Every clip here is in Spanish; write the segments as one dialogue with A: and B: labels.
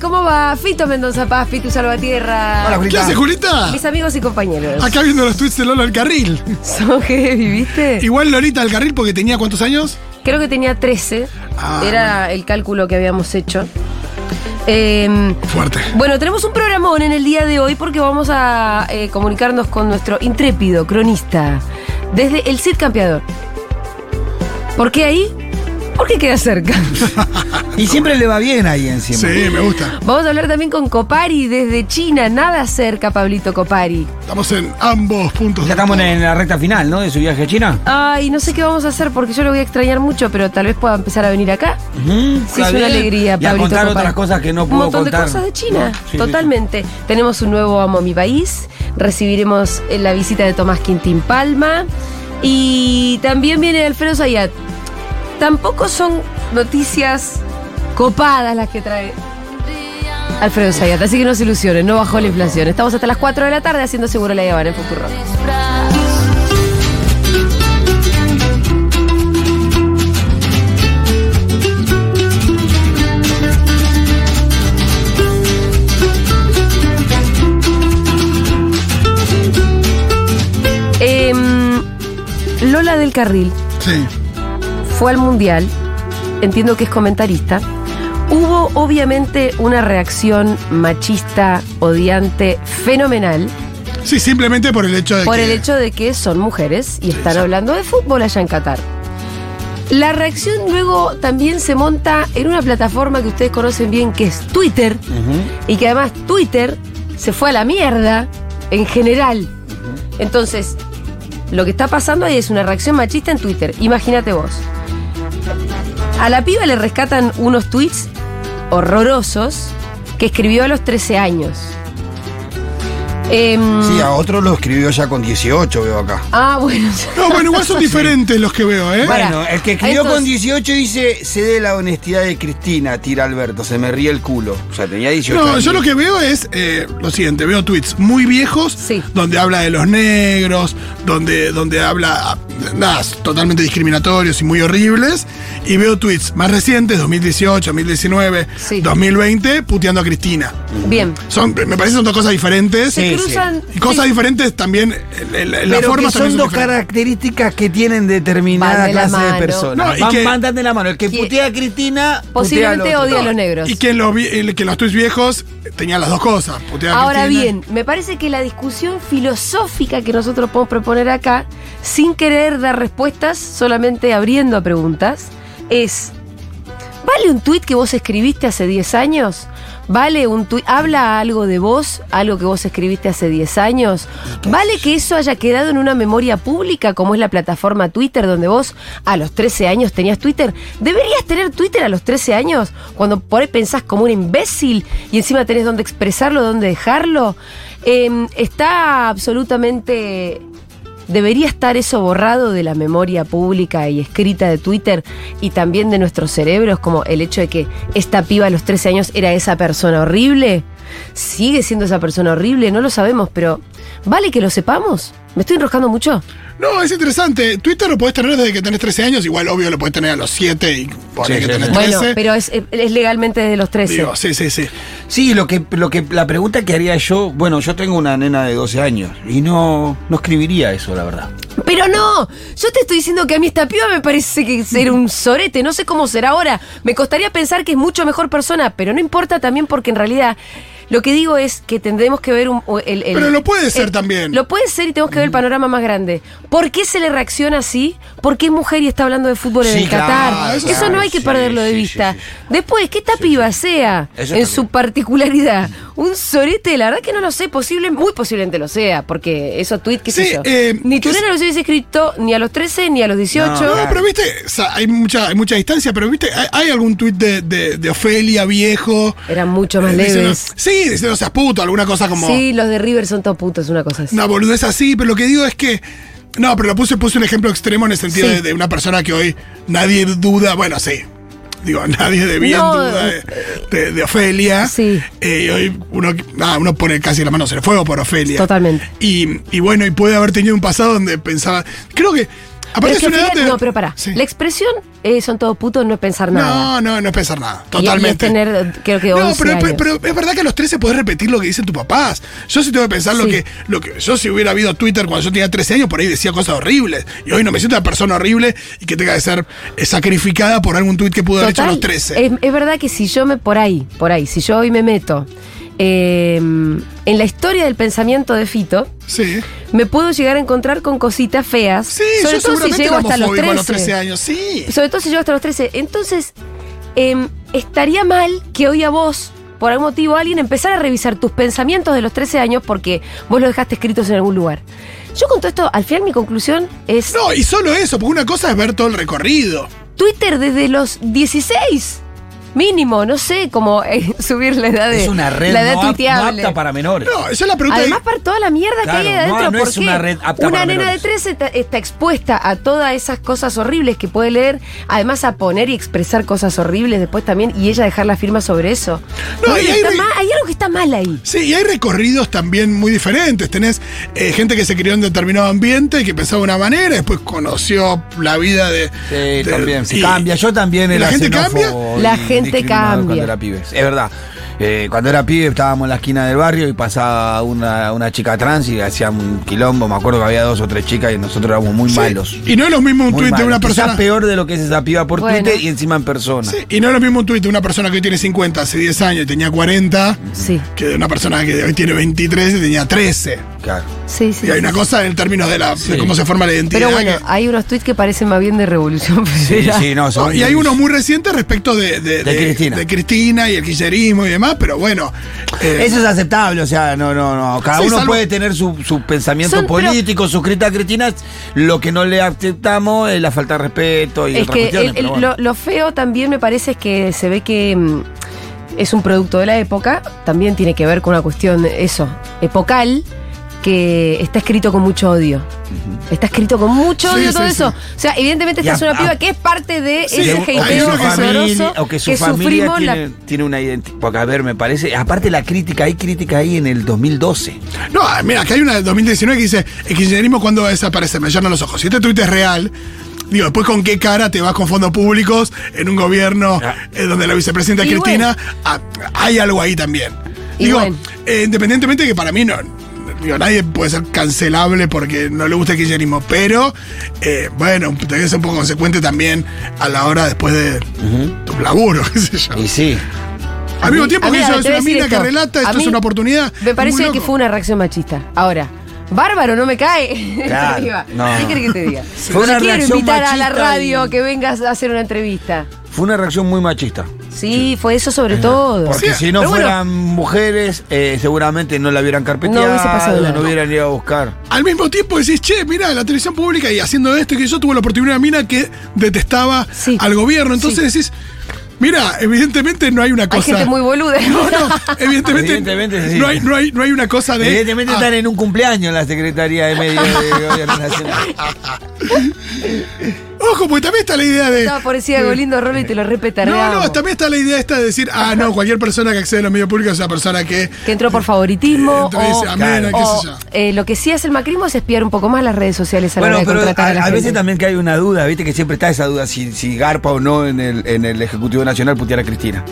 A: ¿Cómo va? Fito Mendoza Paz, Pitu Salvatierra.
B: Hola, Julita.
C: ¿Qué hace, Julita? Ah.
A: Mis amigos y compañeros.
C: Acá viendo los tweets de Lola al carril.
A: ¿Son que viviste?
C: Igual Lolita al carril porque tenía cuántos años?
A: Creo que tenía 13.
C: Ah,
A: Era el cálculo que habíamos hecho. Eh,
C: Fuerte.
A: bueno, tenemos un programón en el día de hoy porque vamos a eh, comunicarnos con nuestro intrépido cronista desde el Cid Campeador. ¿Por qué ahí? Porque queda cerca.
B: Y siempre le va bien ahí
C: Sí,
B: encima.
C: me gusta.
A: Vamos a hablar también con Copari desde China. Nada cerca, Pablito Copari.
C: Estamos en ambos puntos.
B: Ya
C: del
B: estamos
C: todo.
B: en la recta final, ¿no? De su viaje a China.
A: Ay, no sé qué vamos a hacer porque yo lo voy a extrañar mucho, pero tal vez pueda empezar a venir acá.
B: Ujú,
A: Sí,
B: está
A: es una
B: bien.
A: alegría,
B: Y a
A: Pablito
B: contar
A: Copari.
B: otras cosas que no
A: Un
B: puedo
A: montón
B: contar.
A: de cosas de China,
B: Sí, sí, sí.
A: totalmente. Tenemos un nuevo Amo a mi país, recibiremos eh, la visita de Tomás Quintín Palma y también viene Alfredo Zayat. Tampoco son noticias copadas las que trae Alfredo Zayat, así que no se ilusionen, no bajó la inflación. Estamos hasta las 4 de la tarde haciendo seguro la llevan en Futuro. Em, Lola del Carril
C: Sí.
A: fue al Mundial, entiendo que es comentarista. Hubo obviamente una reacción machista, odiante, fenomenal,
C: Sí, simplemente por el hecho de
A: por
C: que.
A: el hecho de que son mujeres y están
C: sí.
A: hablando de fútbol allá en Qatar. La reacción luego también se monta en una plataforma que ustedes conocen bien, que es Twitter,
B: Ujú.
A: y que además Twitter se fue a la mierda en general. Entonces, lo que está pasando ahí es una reacción machista en Twitter. Imagínate vos. A la piba le rescatan unos tweets horrorosos que escribió a los 13 años. Em,
D: Sí, a otro lo escribió ya con 18, veo acá.
A: ah, bueno.
C: No, bueno, igual son diferentes los que veo, ¿eh?
A: Bueno,
B: Bueno, el que escribió
A: Entonces-
D: Con
B: con
D: 18 dice, se dé la honestidad de Cristina, tira Alberto, se me ríe el culo. O sea, tenía 18
C: No,
D: años.
C: yo lo que veo es eh, lo siguiente, veo tweets muy viejos,
A: Sí.
C: donde habla de los negros, donde, donde habla ah, nada, totalmente discriminatorios y muy horribles, y veo tweets más recientes, 2018, 2019,
A: Sí.
C: 2020, puteando a Cristina.
A: Bien.
C: Son, me parece que son dos cosas diferentes.
A: Se
B: Sí,
A: cruzan.
C: Y cosas diferentes también, el- el- la
B: Pero
C: forma
B: que son dos
C: diferentes.
B: características que tienen
A: Van
B: determinada
A: de la
B: clase
A: mano.
B: de personas.
C: No, y
B: van,
C: que-
B: van tan de la mano. El que
A: Que-
B: putea a Cristina. putea
A: Posiblemente
B: al otro.
A: odia a los negros.
C: Y que, lo vi- el- que los tweets viejos tenían las dos cosas. putear a
A: Ahora
C: Cristina.
A: bien, me parece que la discusión filosófica que nosotros podemos proponer acá, sin querer dar respuestas, solamente abriendo a preguntas, es, ¿vale un tuit que vos escribiste hace 10 años? ¿Vale un tuit? ¿Habla algo de vos, algo que vos escribiste hace 10 años? ¿Vale que eso haya quedado en una memoria pública como es la plataforma Twitter, donde vos a los 13 años tenías Twitter? ¿Deberías tener Twitter a los 13 años? Cuando por ahí pensás como un imbécil y encima tenés dónde expresarlo, dónde dejarlo. Eh, está absolutamente... Debería estar eso borrado de la memoria pública y escrita de Twitter y también de nuestros cerebros, como el hecho de que esta piba a los 13 años era esa persona horrible. Sigue siendo esa persona horrible, no lo sabemos, pero ¿vale que lo sepamos? ¿Me estoy enroscando mucho?
C: No, es interesante. Twitter lo podés tener desde que tenés 13 años. Igual, obvio, lo podés tener a los 7 y ponés
B: Sí,
C: que
B: sí,
C: tenés
B: sí.
C: 13.
A: Bueno, pero es, es Eh, legalmente desde los 13.
C: Digo, sí, sí, sí.
B: Sí, lo que, lo que, la pregunta que haría yo. Bueno, yo tengo una nena de 12 años. Y no, no escribiría eso, la verdad.
A: Pero no, yo te estoy diciendo que a mí esta piba me parece que ser un sorete, no sé cómo será ahora. Me costaría pensar que es mucho mejor persona, pero no importa también porque en realidad lo que digo es que tendremos que ver un, o el, el-
C: Pero lo puede ser también.
A: eh, Lo puede ser y tenemos que ver el panorama más grande. ¿Por qué se le reacciona así? ¿Por qué es mujer y está hablando de fútbol en
B: Sí,
A: el
B: claro,
A: Qatar? eso
C: eso
A: no
B: sí,
A: hay que
B: sí,
A: perderlo de
B: sí, sí,
A: vista.
B: sí, sí.
A: Después, que esta piba sea,
B: Eso
A: en
B: también.
A: su particularidad, un sorete, la verdad que no lo sé, posible, muy posiblemente lo sea, porque esos tweets que
C: Sí, eh,
A: Ni tu
C: es-
A: nena los hubiese escrito ni a los 13 ni a los 18.
C: No, pero viste, o sea, hay mucha, hay mucha distancia, pero viste, hay, hay algún tuit de, de- de Ofelia viejo.
A: Eran mucho más
C: eh, diciendo-
A: leves.
C: sí, diciendo seas puto, alguna cosa como.
A: Sí, los de River son todos putos, una cosa así.
C: Una boludez así, pero lo que digo es que. No, pero lo puse, puse un ejemplo extremo en el sentido
A: Sí.
C: de, de una persona que hoy nadie duda, bueno, sí. Digo, nadie de bien
A: No,
C: duda de, de- de Ofelia.
A: Sí.
C: Eh, y hoy uno, nada, uno pone casi la mano en el fuego por Ofelia.
A: Totalmente.
C: Y, y bueno, y puede haber tenido un pasado donde pensaba. Creo que Aparte
A: Pero
C: es
A: que
C: una edad
A: fíjate-
C: de-
A: No, pero pará.
C: Sí.
A: La expresión eh, son todos putos, no es pensar nada.
C: No, no, no es pensar nada.
A: Y-
C: Totalmente.
A: Y es tener, creo que 11
C: No, pero,
A: años.
C: pero- pero es verdad que a los 13 podés repetir lo que dicen tus papás. Yo sí tengo que pensar lo
A: Sí.
C: que. lo que Yo si hubiera habido Twitter cuando yo tenía 13 años, por ahí decía cosas horribles. Y hoy no me siento una persona horrible y que tenga que ser eh, sacrificada por algún tuit que pude haber hecho a los
A: Total, Eh,
C: 13.
A: Es, es verdad que si yo me, por ahí, por ahí, si yo hoy me meto eh, en la historia del pensamiento de Fito,
C: sí.
A: me puedo llegar a encontrar con cositas feas.
C: Sí,
A: sobre
C: yo
A: todo si
C: seguramente
A: llego
C: era
A: hasta los
C: homofóbico
A: 13.
C: a los 13 años. Sí.
A: Sobre todo si llego hasta los 13. Entonces, em, estaría mal que hoy a vos, por algún motivo, alguien empezara a revisar tus pensamientos de los 13 años porque vos los dejaste escritos en algún lugar. Yo con todo esto, al final mi conclusión es
C: No, y solo eso, porque una cosa es ver todo el recorrido.
A: Twitter desde los 16. Mínimo, no sé cómo eh, subir la edad de
B: Es una red
A: la edad
B: no, ap- no
A: tuiteable.
B: apta para menores.
C: No, esa es la pregunta.
A: Además,
C: de-
A: para toda la mierda
B: Claro,
A: que hay ahí adentro,
B: no, no
A: ¿por
B: es
A: qué?
B: una red apta
A: Una
B: para
A: nena
B: menores.
A: de 13 está, está expuesta a todas esas cosas horribles que puede leer, además a poner y expresar cosas horribles después también, y ella dejar la firma sobre eso.
C: No,
A: Porque
C: y hay
A: está
C: re-
A: mal- hay algo que está mal ahí.
C: Sí, y hay recorridos también muy diferentes. Tenés eh, gente que se crió en determinado ambiente, que pensaba de una manera, después conoció la vida de.
B: Sí,
C: de-
B: también.
C: Eh, y-
B: Sí. Cambia, yo también
C: ¿Y
B: era
C: la gente
B: xenófobo
C: cambia?
B: y
A: La gente
B: discriminado
A: cambia.
B: Cuando era pibe, es verdad. Eh, cuando era pibe estábamos en la esquina del barrio y pasaba una, una chica trans y hacía un quilombo. Me acuerdo que había dos o tres chicas y nosotros éramos muy
C: Sí,
B: malos.
C: Y no es lo mismo un
B: Muy
C: tuit de
B: malos.
C: una
B: Quizás
C: persona.
B: peor de lo que es esa piba por
A: Bueno.
B: Twitter y encima en persona.
C: Sí, y no es lo mismo un tuit de una persona que hoy tiene 50, hace 10 años y tenía 40,
A: Sí,
C: que de una persona que hoy tiene 23 y tenía 13.
B: Claro.
A: sí, sí.
C: Y hay una cosa en términos de, la, de cómo se forma la identidad.
A: Pero bueno,
C: que-
A: hay unos tweets que parecen más bien de revolución.
B: Sí,
A: Federal.
B: sí, no, son-
C: y hay uno muy reciente respecto de, de-
B: De Cristina.
C: de Cristina y el kirchnerismo y demás, pero bueno. eh,
B: Eso es aceptable, o sea, no, no, no. Cada
C: Sí,
B: uno
C: salvo-
B: puede tener su, su pensamiento
A: Son- pero-
B: político, sus críticas cretinas. Lo que no le aceptamos es la falta de respeto y
A: Es
B: otras
A: que
B: cuestiones.
A: el-
B: pero
A: el-
B: bueno.
A: lo, lo feo también me parece es que se ve que mm, es un producto de la época, también tiene que ver con una cuestión, eso, epocal, que está escrito con mucho odio. Está escrito con mucho
C: Sí,
A: odio
C: sí,
A: todo
C: sí.
A: eso. O sea, evidentemente esta
B: Y
A: es
B: a-
A: una
B: a-
A: piba que es parte de
C: Sí,
A: ese
C: o que
A: hateo
C: su familia-
A: horroroso
B: o que su familia
A: sufrimos la-
B: tiene, tiene una identidad. Porque, a ver, me parece. Aparte, la crítica, hay crítica ahí en el 2012.
C: No, mira, acá hay una del 2019 que dice, el kirchnerismo cuando va a desaparecer, me llenan los ojos. Si este tuit es real, digo, después con qué cara te vas con fondos públicos en un gobierno
B: Ah.
C: eh, donde la vicepresidenta
A: Y
C: Cristina, ah, hay algo ahí también.
A: Y
C: Digo,
A: bueno.
C: eh, independientemente que para mí no... Digo, nadie puede ser cancelable porque no le gusta el kirchnerismo, pero eh, bueno, tenés que ser un poco consecuente también a la hora después de tu laburo, qué sé yo.
B: Y sí.
C: Al mismo tiempo que
A: Amiga,
C: eso
A: te
C: es
A: voy a
C: una
A: decir
C: mina que
A: esto.
C: relata, esto
A: A
C: es
A: mí
C: una oportunidad.
A: Me
C: muy
A: parece que
C: loco.
A: fue una reacción machista. Ahora, bárbaro, no me cae.
B: Claro,
A: Iba.
B: no.
A: ¿Qué querés que te diga?
B: Fue una
A: no quiero
B: reacción
A: invitar a la
B: machista
A: radio
B: y-
A: que vengas a hacer una entrevista.
B: Fue una reacción muy machista.
A: Sí, fue eso sobre todo.
B: Porque
C: sea,
B: si no
A: pero bueno.
B: fueran mujeres, eh, seguramente no la hubieran carpeteado,
A: No hubiese pasado nada.
B: no hubieran ido a buscar.
C: Al mismo tiempo decís, che, mira, la televisión pública y haciendo esto, que yo tuve la oportunidad de una mina que detestaba
A: Sí.
C: al gobierno. Entonces decís, mira, evidentemente no hay una
A: Hay
C: cosa.
A: gente muy boluda.
C: No, no, evidentemente,
B: Evidentemente, sí.
C: no, hay, no, hay, no hay una cosa
A: ¿Eh?
C: de.
B: Evidentemente
C: ah,
B: están en un cumpleaños en la Secretaría de Medios de Gobierno Nacional.
C: Ojo, porque también está la idea de.
A: Estaba por decir algo lindo, Rolo, y te lo repetaré.
C: eh, No, no, también está la idea esta de decir, ah, no, cualquier persona que accede a los medios públicos es una persona que.
A: Que entró por favoritismo.
C: Eh, Entró y dice,
A: o,
C: amén, qué
A: o,
C: sé yo.
A: eh, lo que sí hace el macrismo es espiar un poco más las redes sociales a la
B: Bueno,
A: hora de
B: pero a,
A: contratar a, la
B: a veces
A: gente.
B: también que hay una duda, viste que siempre está esa duda si, si garpa o no en el, en el Ejecutivo Nacional putear a Cristina.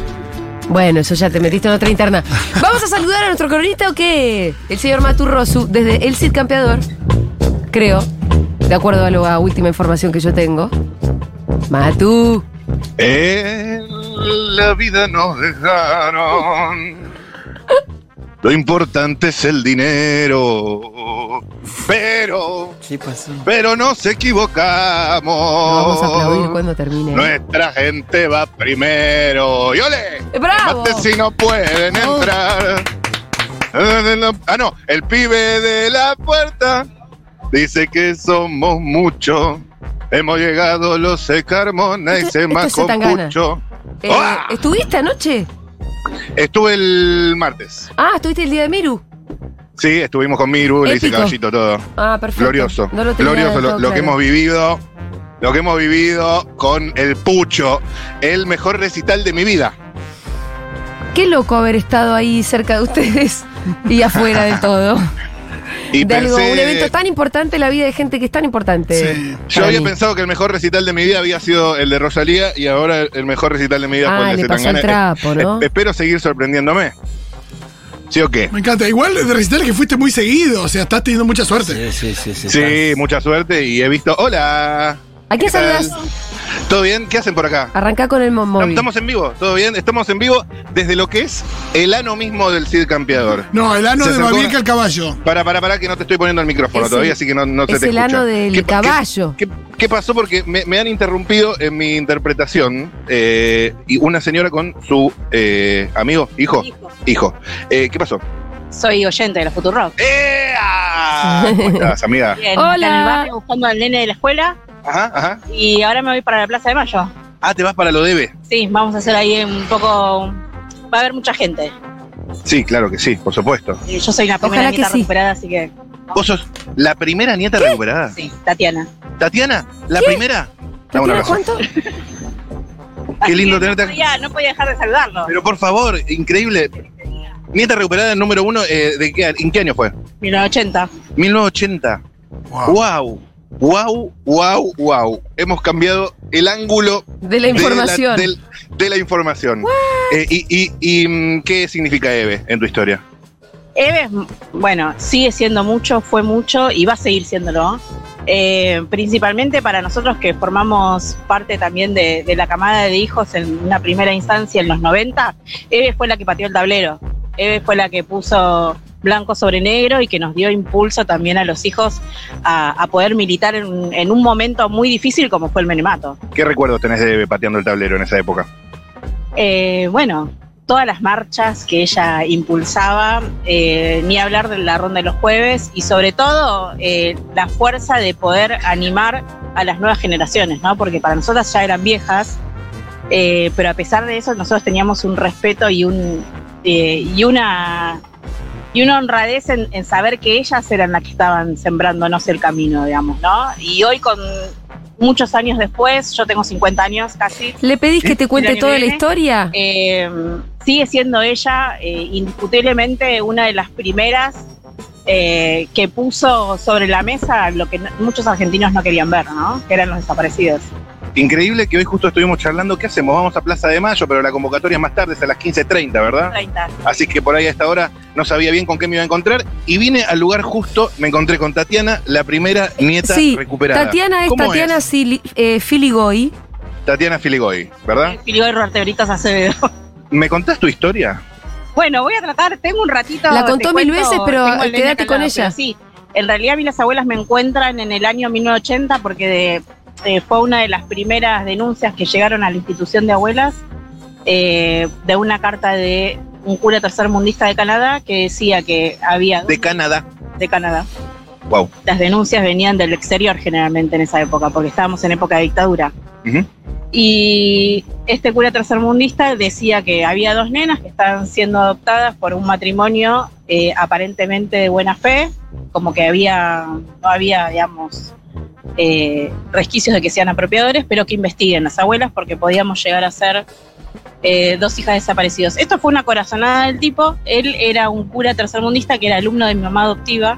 A: Bueno, eso ya te metiste en otra interna. Vamos a saludar a nuestro coronista o qué? El señor Maturrosu, desde el Cid Campeador, creo, de acuerdo a la última información que yo tengo. Matu,
E: En la vida nos dejaron. Lo importante es el dinero. Pero,
B: Sí, pasó.
E: pero nos
A: lo vamos a aplaudir
E: equivocamos.
A: cuando termine.
E: Nuestra gente va primero. ¡Y ole!
A: ¡Bravo!
E: Mate si no pueden
A: Oh.
E: entrar. Ah, no, el pibe de la puerta dice que somos muchos. Hemos llegado los escarmones y
A: Esto-
E: se
A: esto es
E: majó
A: Zetangana.
E: mucho.
A: Eh,
E: ¡Ah!
A: ¿Estuviste anoche?
E: Estuve el martes.
A: Ah, estuviste el día de Miru.
E: Sí, estuvimos con Miru, le hice
A: Épico.
E: caballito todo.
A: Ah, perfecto.
E: Glorioso.
A: No lo tenía
E: glorioso
A: del
E: lo,
A: todo
E: lo que
A: claro.
E: hemos vivido. Lo que hemos vivido con el Pucho, el mejor recital de mi vida.
A: Qué loco haber estado ahí cerca de ustedes y afuera de todo.
E: Y
A: de algo,
E: pensé-
A: un evento tan importante en la vida de gente que es tan importante.
C: Sí.
E: Yo
A: para
E: había
A: mí.
E: pensado que el mejor recital de mi vida había sido el de Rosalía y ahora el mejor recital de mi vida
A: Ah,
E: fue el de
A: le pasó
E: Zetangana.
A: el trapo, ¿no?
E: Eh, Espero seguir sorprendiéndome. ¿Sí o qué?
C: Me encanta. Igual de recital que fuiste muy seguido, o sea, estás teniendo mucha suerte.
B: Sí, sí, sí. sí,
E: Sí,
B: está.
E: mucha suerte y he visto. ¡Hola!
A: ¿A quién
E: ¿Qué tal?
A: saludas?
E: ¿Todo bien? ¿Qué hacen por acá?
A: Arrancá con el mo- móvil.
E: Estamos en vivo, ¿todo bien? Estamos en vivo desde lo que es el ano mismo del Cid Campeador.
C: No, el ano
E: Se
C: de
E: acercó-
C: Babieca al caballo.
E: Para, para, para, que no te estoy poniendo el micrófono
A: Es
E: todavía,
A: el-
E: así que no, no se
A: es
E: te
A: el ano
E: escucha.
A: del
E: ¿Qué pa- qué-
A: caballo.
E: ¿Qué, qué pasó? Porque me, me han interrumpido en mi interpretación eh, y una señora con su eh, amigo, hijo,
F: Hijo.
E: hijo. Eh, ¿Qué pasó?
F: Soy oyente de la Futurock.
E: ¡Eh! ah! ¿Cómo estás, amiga?
F: Bien,
A: Hola.
F: está En el barrio buscando al nene de la escuela
E: Ajá, ajá.
F: y ahora me voy para la Plaza de Mayo.
E: Ah, te vas para lo debe.
F: Sí, vamos a hacer ahí un poco. Va a haber mucha gente.
E: Sí, claro que sí, por supuesto.
F: Eh, Yo soy una primera
A: Ojalá que
F: nieta
A: sí.
F: recuperada, así que
E: Vos sos la primera nieta recuperada.
F: sí, Tatiana.
E: Tatiana, la primera. Dame un
A: ¿Tatiana
E: abrazo.
A: cuánto?
F: Así
E: lindo
F: que
E: tenerte
F: No
E: aquí.
F: podía, no podía dejar de saludarlo.
E: Pero por favor, increíble. Nieta recuperada número uno, eh, ¿de qué, ¿en qué año fue?
F: 1980.
E: 1980.
B: Ah.
C: Wow.
E: Wow. Wow, wow, wow. Hemos cambiado el ángulo
A: De la
E: de
A: información.
E: del- de la, información. Eh, y, y- y, mm, qué significa Eve en tu historia?
F: Eve, bueno, sigue siendo mucho, fue mucho y va a seguir siéndolo. Eh, principalmente para nosotros que formamos parte también de, de la camada de hijos en una primera instancia en los 90, Eve fue la que pateó el tablero. Eve fue la que puso blanco sobre negro y que nos dio impulso también a los hijos a, a poder militar en, en un momento muy difícil como fue el menemato.
E: ¿Qué recuerdos tenés de Eve pateando el tablero en esa época?
F: Eh, bueno, todas las marchas que ella impulsaba, eh, ni hablar de la ronda de los jueves y sobre todo eh, la fuerza de poder animar a las nuevas generaciones, ¿no? Porque para nosotras ya eran viejas, eh, pero a pesar de eso nosotros teníamos un respeto y un eh, y una y una honradez en, en saber que ellas eran las que estaban sembrándonos el camino, digamos, ¿no? Y hoy con muchos años después, yo tengo 50 años casi,
A: ¿Le pedís que te cuente
F: El año
A: toda
F: que
A: la
F: viene.
A: historia?
F: eh, sigue siendo ella eh, indiscutiblemente una de las primeras eh, que puso sobre la mesa lo que no- muchos argentinos no querían ver, ¿no? Que eran los desaparecidos.
E: Increíble que hoy justo estuvimos charlando, ¿qué hacemos? Vamos a Plaza de Mayo, pero la convocatoria es más tarde, es a las 15.30, ¿verdad?
F: 30.
E: Así que por ahí a esta hora no sabía bien con qué me iba a encontrar. Y vine al lugar justo, me encontré con Tatiana, la primera nieta
A: Sí,
E: recuperada.
A: Tatiana es
E: ¿Cómo
A: Tatiana Sili- eh, Filigoy.
E: Tatiana Filigoy, ¿verdad?
F: Filipe Robertebritos Acevedo.
E: ¿Me contás tu historia?
F: Bueno, voy a tratar, tengo un ratito.
A: La
F: te
A: contó mil veces, pero
F: tengo el nene
A: quédate
F: acá al
A: con
F: lado,
A: ella.
F: pero Sí, en realidad a mí las abuelas me encuentran en el año 1980 porque de- eh, fue una de las primeras denuncias que llegaron a la institución de abuelas eh, de una carta de un cura tercermundista de Canadá que decía que había
E: De Canadá.
F: de Canadá.
E: Wow.
F: Las denuncias venían del exterior generalmente en esa época, porque estábamos en época de dictadura.
E: Ujú.
F: Y este cura tercermundista decía que había dos nenas que estaban siendo adoptadas por un matrimonio eh, aparentemente de buena fe, como que había, no había, digamos, eh, resquicios de que sean apropiadores, pero que investiguen las abuelas porque podíamos llegar a ser eh, dos hijas desaparecidas. Esto fue una corazonada del tipo. Él era un cura tercermundista que era alumno de mi mamá adoptiva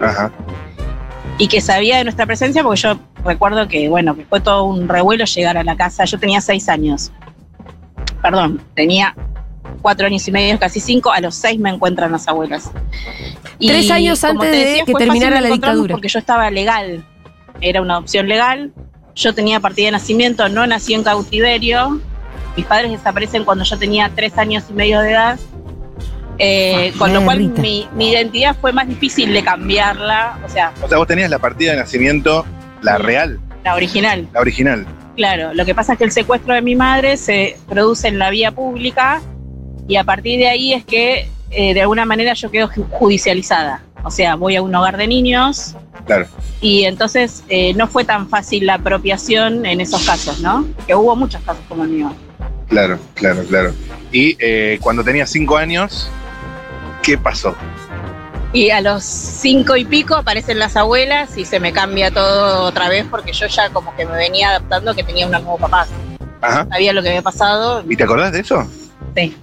E: Ajá.
F: y que sabía de nuestra presencia, porque yo recuerdo que, bueno, que fue todo un revuelo llegar a la casa. Yo tenía seis años. Perdón, tenía cuatro años y medio, casi cinco. A los seis me encuentran las abuelas.
A: Tres años
F: como
A: antes
F: te
A: de que
F: fue fácil
A: terminara la
F: encontrarnos
A: dictadura.
F: Porque yo estaba legal. Era una adopción legal. Yo tenía partida de nacimiento, no nací en cautiverio. Mis padres desaparecen cuando yo tenía tres años y medio de edad. Eh,
A: Ah,
F: con lo
A: mira,
F: cual
A: Rita.
F: mi, mi identidad fue más difícil de cambiarla, o sea,
E: O sea, vos tenías la partida de nacimiento, la real,
F: la original.
E: la original.
F: Claro, lo que pasa es que el secuestro de mi madre se produce en la vía pública y a partir de ahí es que eh, de alguna manera yo quedo ju- judicializada. O sea, voy a un hogar de niños.
E: Claro.
F: Y entonces eh, no fue tan fácil la apropiación en esos casos, ¿no? Que hubo muchos casos como el mío.
E: Claro, claro, claro. Y eh, cuando tenías cinco años, ¿qué pasó?
F: Y a los cinco y pico aparecen las abuelas y se me cambia todo otra vez porque yo ya como que me venía adaptando que tenía unos nuevos papás.
E: Ajá.
F: Sabía lo que había pasado.
E: ¿Y te acordás de eso?
F: Sí.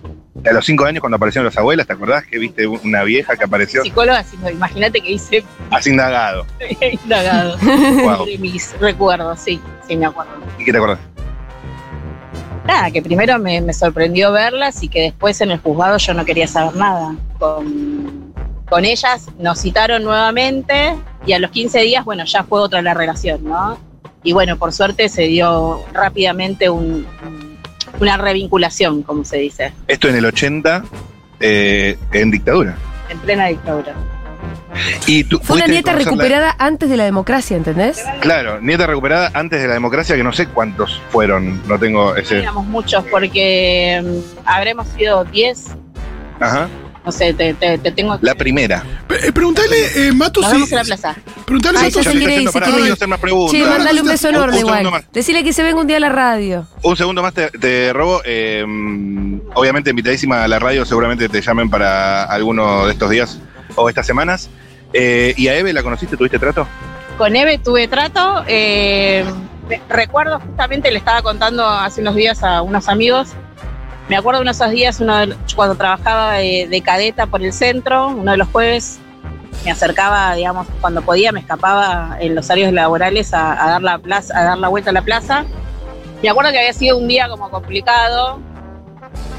E: A los cinco años cuando aparecieron las abuelas, ¿te acordás que viste una vieja que apareció?
F: Psicóloga, sino imagínate que hice
E: Así indagado.
F: indagado
E: Guau.
F: de mis recuerdos, sí, sí me acuerdo.
E: ¿Y qué te acordás?
F: Nada, que primero me, me sorprendió verlas y que después en el juzgado yo no quería saber nada. Con, con ellas nos citaron nuevamente y a los 15 días, bueno, ya fue otra la relación, ¿no? Y bueno, por suerte se dio rápidamente un- un- una revinculación, como se dice,
E: Esto en el 80, eh, en dictadura.
F: en plena dictadura.
E: Y tú
A: Fue una
E: pudiste
A: nieta
E: conocerla-
A: recuperada antes de la democracia, ¿entendés?
E: Claro, nieta recuperada antes de la democracia, que no sé cuántos fueron. No tengo ese.
F: Éramos muchos porque mm, habremos sido 10,
E: Ajá.
F: no sé, te, te- te tengo...
E: La primera.
C: Pe- eh, preguntale, eh, Matu,
F: Nos
C: si.
F: vemos en la plaza.
C: Preguntale,
A: Ah,
C: Matu,
A: ya se
C: si-
A: quiere ir, se
E: Pará,
C: quiere
E: quiero
C: ir.
E: hacer más preguntas.
A: Che, mandale un beso enorme
E: Un segundo
A: igual.
E: más.
A: Decirle que se venga un día a la radio.
E: Un segundo más te, te robo. eh, obviamente, invitadísima a la radio, seguramente te llamen para alguno de estos días o estas semanas. Eh, ¿Y a Eve la conociste? ¿Tuviste trato?
F: Con Eve tuve trato. eh, me- recuerdo justamente, le estaba contando hace unos días a unos amigos. Me acuerdo uno de esos días, uno de los- cuando trabajaba de, de cadeta por el centro, uno de los jueves, me acercaba, digamos, cuando podía, me escapaba en los horarios laborales a, a dar la plaza, a dar la vuelta a la plaza. Me acuerdo que había sido un día como complicado,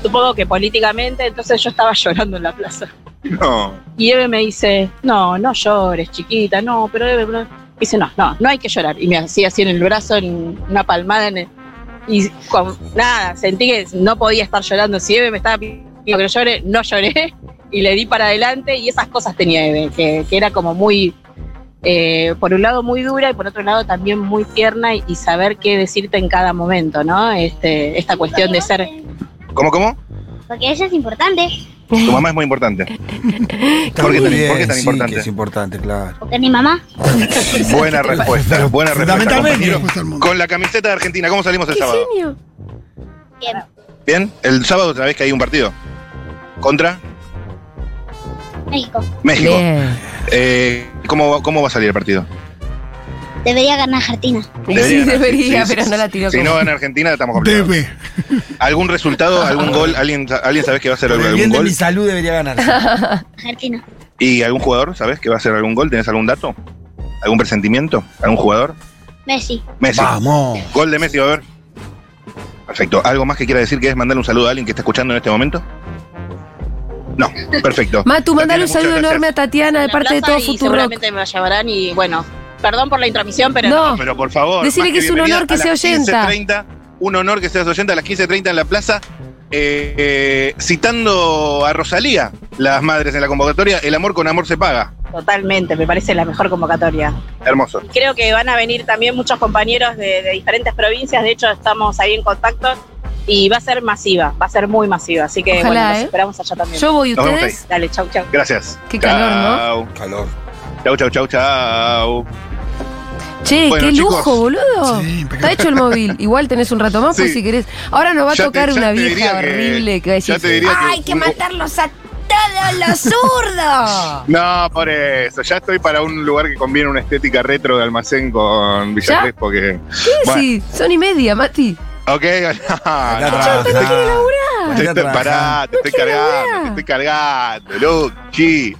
F: supongo que políticamente, entonces yo estaba llorando en la plaza.
E: No.
F: Y Eve me dice, no, no llores, chiquita, no, pero Eve... bla". Dice, no, no, no hay que llorar. Y me hacía así en el brazo, en una palmada. En el- y con nada, sentí que no podía estar llorando. Si Eve me estaba pidiendo que no llore, no lloré. Y le di para adelante. Y esas cosas tenía Eve, que, que era como muy, eh, por un lado muy dura y por otro lado también muy tierna. Y, y saber qué decirte en cada momento, ¿no? Este, esta cuestión de ser...
E: ¿Cómo, cómo?
G: Porque eso es importante,
E: Tu mamá es muy importante.
B: Está
E: ¿Por qué
B: muy
E: tan- por qué tan
B: sí,
E: importante?
B: que es importante, claro.
G: porque es mi mamá.
E: Buena respuesta. Buena respuesta.
B: Fundamentalmente.
E: compañero. Con la camiseta de Argentina, ¿cómo salimos el
A: ¡Qué
E: sábado?
A: genio!
G: Bien.
E: ¿Bien? El sábado otra vez que hay un partido. ¿Contra?
G: México.
E: México.
A: Bien.
E: Eh, ¿cómo, va- ¿Cómo va a salir el partido?
G: Debería ganar Argentina.
A: Sí,
E: ganar.
A: debería,
E: Sí, sí,
A: pero no la tiró
E: Si
A: como-
E: no gana Argentina, estamos complicados.
C: Debe.
E: ¿Algún resultado, algún gol? ¿Alguien, alguien sabe que va a hacer
B: Por el
E: algún
B: bien de
E: gol?
B: mi salud debería ganarse.
G: Argentina.
E: ¿Y algún jugador, sabes que va a hacer algún gol? ¿Tenés algún dato? ¿Algún presentimiento? ¿Algún jugador?
G: Messi.
E: Messi.
B: Vamos.
E: Gol de Messi, va a ver. Perfecto. ¿Algo más que quiera decir? ¿Quieres mandar un saludo a alguien que está escuchando en este momento? No, perfecto.
A: Matu, mandale un
E: Tatiana,
A: saludo
E: muchas
A: enorme
E: gracias.
A: a Tatiana de
F: la
A: parte de
F: plaza
A: todo
F: y
A: Futuro.
F: Seguramente me la llevarán y bueno, perdón por la intromisión, pero...
A: No,
E: Pero por favor.
A: Decile
E: más
A: que es un
E: bienvenida
A: honor que
E: a
A: sea
E: las
A: oyenta.
E: 15:30, un honor que seas oyenta a las 15.30 en la plaza. eh, eh, citando a Rosalía, las madres en la convocatoria, el amor con amor se paga.
F: Totalmente, me parece la mejor convocatoria.
E: Hermoso.
F: Y creo que van a venir también muchos compañeros de, de diferentes provincias, de hecho estamos ahí en contacto y va a ser masiva, va a ser muy masiva, así que
A: Ojalá,
F: bueno, los
A: ¿eh?
F: esperamos allá también.
A: yo voy,
E: Nos vemos
A: ¿ustedes?
F: Dale, chau, chau.
E: Gracias.
A: Qué calor,
E: ¿no?
B: Calor.
E: Chau, chau, chau, chau.
A: Che,
E: Bueno,
A: qué lujo,
E: chicos.
A: boludo.
C: Sí,
A: Está
C: impecable.
A: hecho el móvil. Igual tenés un rato más, pues
E: Sí.
A: si querés. Ahora nos va a
E: Ya te-
A: tocar
E: ya
A: una
E: te
A: vieja
E: diría que-
A: horrible que va a
E: ya
A: decir,
E: te diría que
A: ¡Ay, que
E: un-
A: matarlos a todos los zurdos!
E: No, por eso. Ya estoy para un lugar que conviene una estética retro de almacén con Villa
A: ¿Ya?
E: Crespo que.
A: ¿Qué
E: Bueno.
A: decís? Son y media, Mati.
E: Ok, no, no, Te
B: Andá a
E: estoy,
B: trabajar.
E: pará, te estoy cargando, te estoy cargando, Lucky.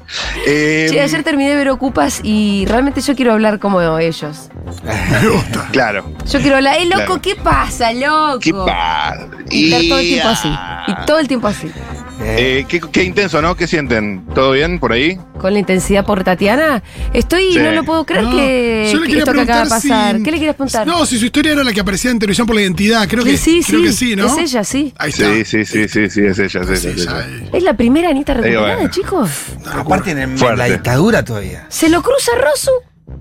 E: Eh,
A: Che, ayer terminé de ver Ocupas y realmente yo quiero hablar como ellos.
C: Me gusta.
E: Claro,
A: Yo quiero hablar. ¡Eh, loco,
E: Claro.
A: qué pasa, loco!
E: qué padre.
A: Y estar todo el tiempo así. Y
E: Ya.
A: todo el tiempo así.
E: Eh, qué, qué intenso, ¿no? ¿Qué sienten? ¿Todo bien por ahí?
A: Con la intensidad por Tatiana, estoy,
E: Sí.
A: no lo puedo creer
C: No,
A: que,
C: yo
A: que
C: le quería
A: esto que acaba de
C: preguntar si-
A: pasar. ¿Qué le quieres preguntar?
C: No, si su historia era la que aparecía en televisión por la identidad, creo que
A: sí,
C: creo
A: sí,
C: que sí, ¿no?
A: Es ella, sí.
C: Ahí está.
E: Sí, sí, sí, sí, sí, es ella, es ella.
C: Sí,
E: es
C: ya,
E: ella.
C: eh,
A: Es la primera Anita recuperada,
E: bueno.
A: chicos.
C: una locura.
B: Aparte en, el- en la
E: Fuerte.
B: dictadura todavía.
A: Se lo cruza Rosu.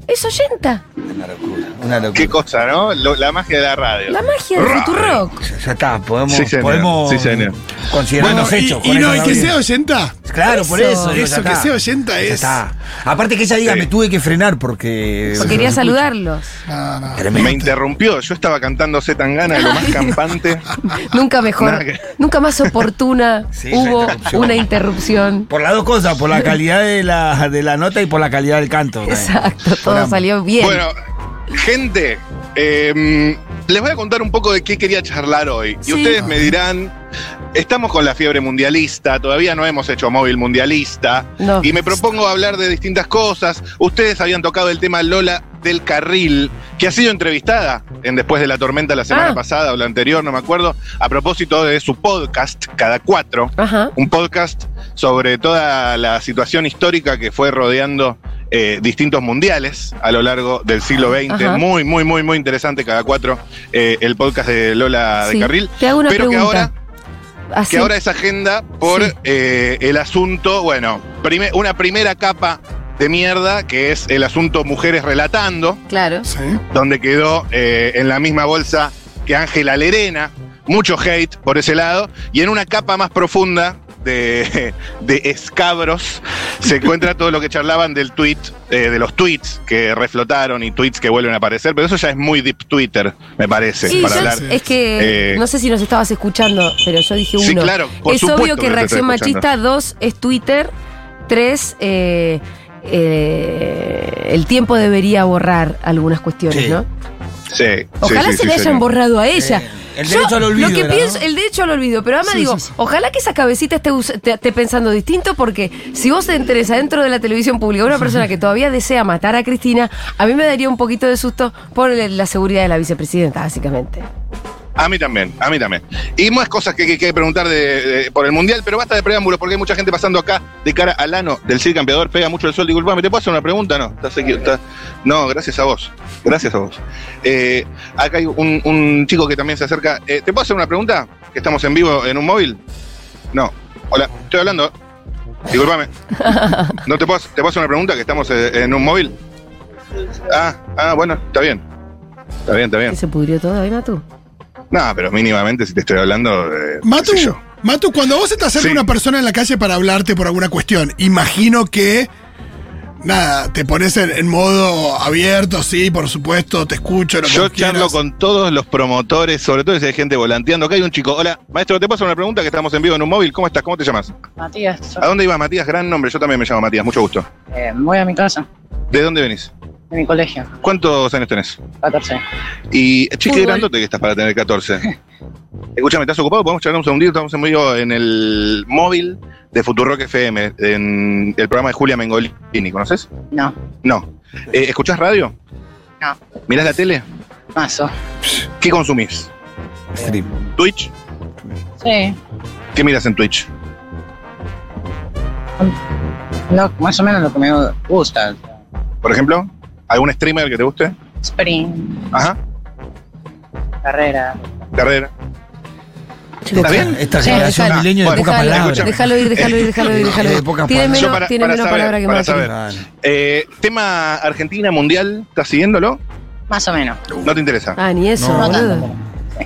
A: Es oyenta.
B: Una locura. Una locura.
E: Qué cosa, ¿no? Lo- la magia de la radio.
A: La magia de Futurock.
B: Ya, ya está, podemos,
E: Sí, señor.
B: podemos
E: Sí, señor.
B: considerarnos
C: Bueno, y-
B: hechos.
C: y,
B: con
C: no,
B: eso
C: y que
B: está
C: sea
B: bien.
C: oyenta.
B: Claro, por eso. digo, ya
C: Eso, que
B: está.
C: sea oyenta
B: Ya
C: es.
B: está. Aparte que ella diga,
E: Sí.
B: me tuve que frenar porque.
A: Porque Quería saludarlos.
C: No, no.
B: Tremendo.
E: Me interrumpió, yo estaba cantando C. Tangana, lo más campante.
A: Nunca mejor,
E: Nada que-
A: nunca más oportuna
B: Sí, la
A: hubo
B: interrupción.
A: una interrupción.
B: Por las dos cosas, por la calidad de la, de la nota y por la calidad del canto. también.
A: Exacto, todo
B: Hola.
A: salió bien.
E: Bueno, gente, eh, les voy a contar un poco de qué quería charlar hoy. Y
A: Sí.
E: ustedes me dirán, estamos con la fiebre mundialista, todavía no hemos hecho móvil mundialista.
A: No.
E: Y me propongo hablar de distintas cosas. Ustedes habían tocado el tema Lola del Carril, que ha sido entrevistada en Después de la Tormenta la semana
A: Ah.
E: pasada o la anterior, no me acuerdo, a propósito de su podcast, Cada Cuatro
A: Ajá.
E: un podcast sobre toda la situación histórica que fue rodeando eh, distintos mundiales a lo largo del siglo XX.
A: Ajá.
E: Muy, muy, muy, muy interesante cada cuatro eh, el podcast de Lola
A: Sí.
E: de Carril.
A: Te hago una
E: Pero que
A: pregunta.
E: ahora,
A: Así.
E: que ahora es agenda por
A: Sí.
E: eh, el asunto, bueno, prime- una primera capa de mierda que es el asunto Mujeres Relatando
A: Claro.
C: Sí.
E: donde quedó eh, en la misma bolsa que Ángela Lerena. Mucho hate por ese lado. Y en una capa más profunda de, de escabros se encuentra todo lo que charlaban del tweet, eh, de los tweets que reflotaron y tweets que vuelven a aparecer. Pero eso ya es muy deep Twitter, me parece,
A: Sí,
E: para
A: yo-
E: hablar.
A: es que
E: Eh,
A: no sé si nos estabas escuchando, pero yo dije uno.
E: Sí, claro, por
A: es
E: supuesto
A: obvio que
E: lo estoy
A: Reacción
E: escuchando.
A: Machista, dos, es Twitter, tres, eh, eh, el tiempo debería borrar algunas cuestiones,
B: Sí.
A: ¿no?
E: Sí,
A: Ojalá
E: sí, sí,
A: se
E: sí,
A: le hayan
E: señor.
A: borrado a ella.
B: Eh, el derecho
A: Yo,
B: al olvido
A: Lo que
B: era,
A: pienso,
B: ¿no?
A: El derecho al olvido. Pero además
C: Sí,
A: digo,
C: sí, sí.
A: ojalá que esa cabecita esté, us- te, te pensando distinto, porque si vos te entres adentro de la televisión pública una persona que todavía desea matar a Cristina, a mí me daría un poquito de susto por el- la seguridad de la vicepresidenta, básicamente.
E: A mí también, a mí también. Y más cosas que hay que preguntar de- de- por el Mundial, pero basta de preámbulos porque hay mucha gente pasando acá de cara al ano del Cid Campeador, pega mucho el sol. Disculpame, ¿te puedo hacer una pregunta? No, estás equi- estás- no gracias a vos. Gracias a vos. Eh, acá hay un, un chico que también se acerca. Eh, ¿Te puedo hacer una pregunta? Que estamos en vivo en un móvil. No. Hola, estoy hablando. Disculpame. ¿No te puedo, te puedo hacer una pregunta que estamos eh, en un móvil? Ah, ah, bueno, está bien. Está bien, está bien.
A: ¿Que se pudrió todo ahí, Matu?
E: No, pero mínimamente si te estoy hablando. eh,
C: Matu,
E: qué sé yo.
C: Matu, cuando vos estás cerca de
E: Sí.
C: una persona en la calle para hablarte por alguna cuestión, imagino que. Nada, te pones en, en modo abierto, sí, por supuesto, te escucho. Lo que
E: Yo
C: vos quieras.
E: charlo con todos los promotores, sobre todo si hay gente volanteando. Acá hay un chico. Hola, maestro, te paso una pregunta que estamos en vivo en un móvil. ¿Cómo estás? ¿Cómo te llamas?
F: Matías, yo,
E: ¿A dónde ibas, Matías? Gran nombre. Yo también me llamo Matías. Mucho gusto.
F: eh, voy a mi casa,
E: ¿De dónde venís?
F: de mi colegio,
E: ¿Cuántos años tenés?
F: 14.
E: Y eh, chique
A: Fútbol.
E: grandote que estás para tener 14. Escúchame, ¿estás ocupado? ¿Podemos charlar un segundito? Estamos en vivo en el móvil de Futurock FM, en el programa de Julia Mengolini. ¿Conoces?
F: No,
E: No. Eh, ¿Escuchás radio?
F: No.
E: ¿Mirás la tele?
F: mazo.
E: ¿Qué consumís?
B: Stream.
E: ¿Twitch?
F: Sí,
E: ¿Qué miras en Twitch?
F: lo- más o menos lo que me gusta.
E: Por ejemplo, algún streamer que te guste.
F: Sprint,
E: Ajá.
F: carrera.
E: Carrera.
A: ¿Está
E: bien?
B: Esta
A: Sí,
B: generación
A: dejalo.
B: milenio de
E: Bueno,
B: pocas
A: Dejalo,
B: palabras.
A: Déjalo ir, déjalo ir, déjalo ir, déjalo
B: Eh,
A: ir.
B: pocas
A: Tiene
B: palabras.
E: Yo
A: menos,
E: para-
A: tiene
E: para
A: menos
E: saber,
A: palabra que
E: para
A: Macri.
E: saber.
B: Ah, no.
E: Eh, tema Argentina Mundial, ¿estás siguiéndolo?
F: Más o menos.
E: No te interesa.
A: Ah, ni eso,
B: No,
F: No
A: boludo.
F: tanto.
E: No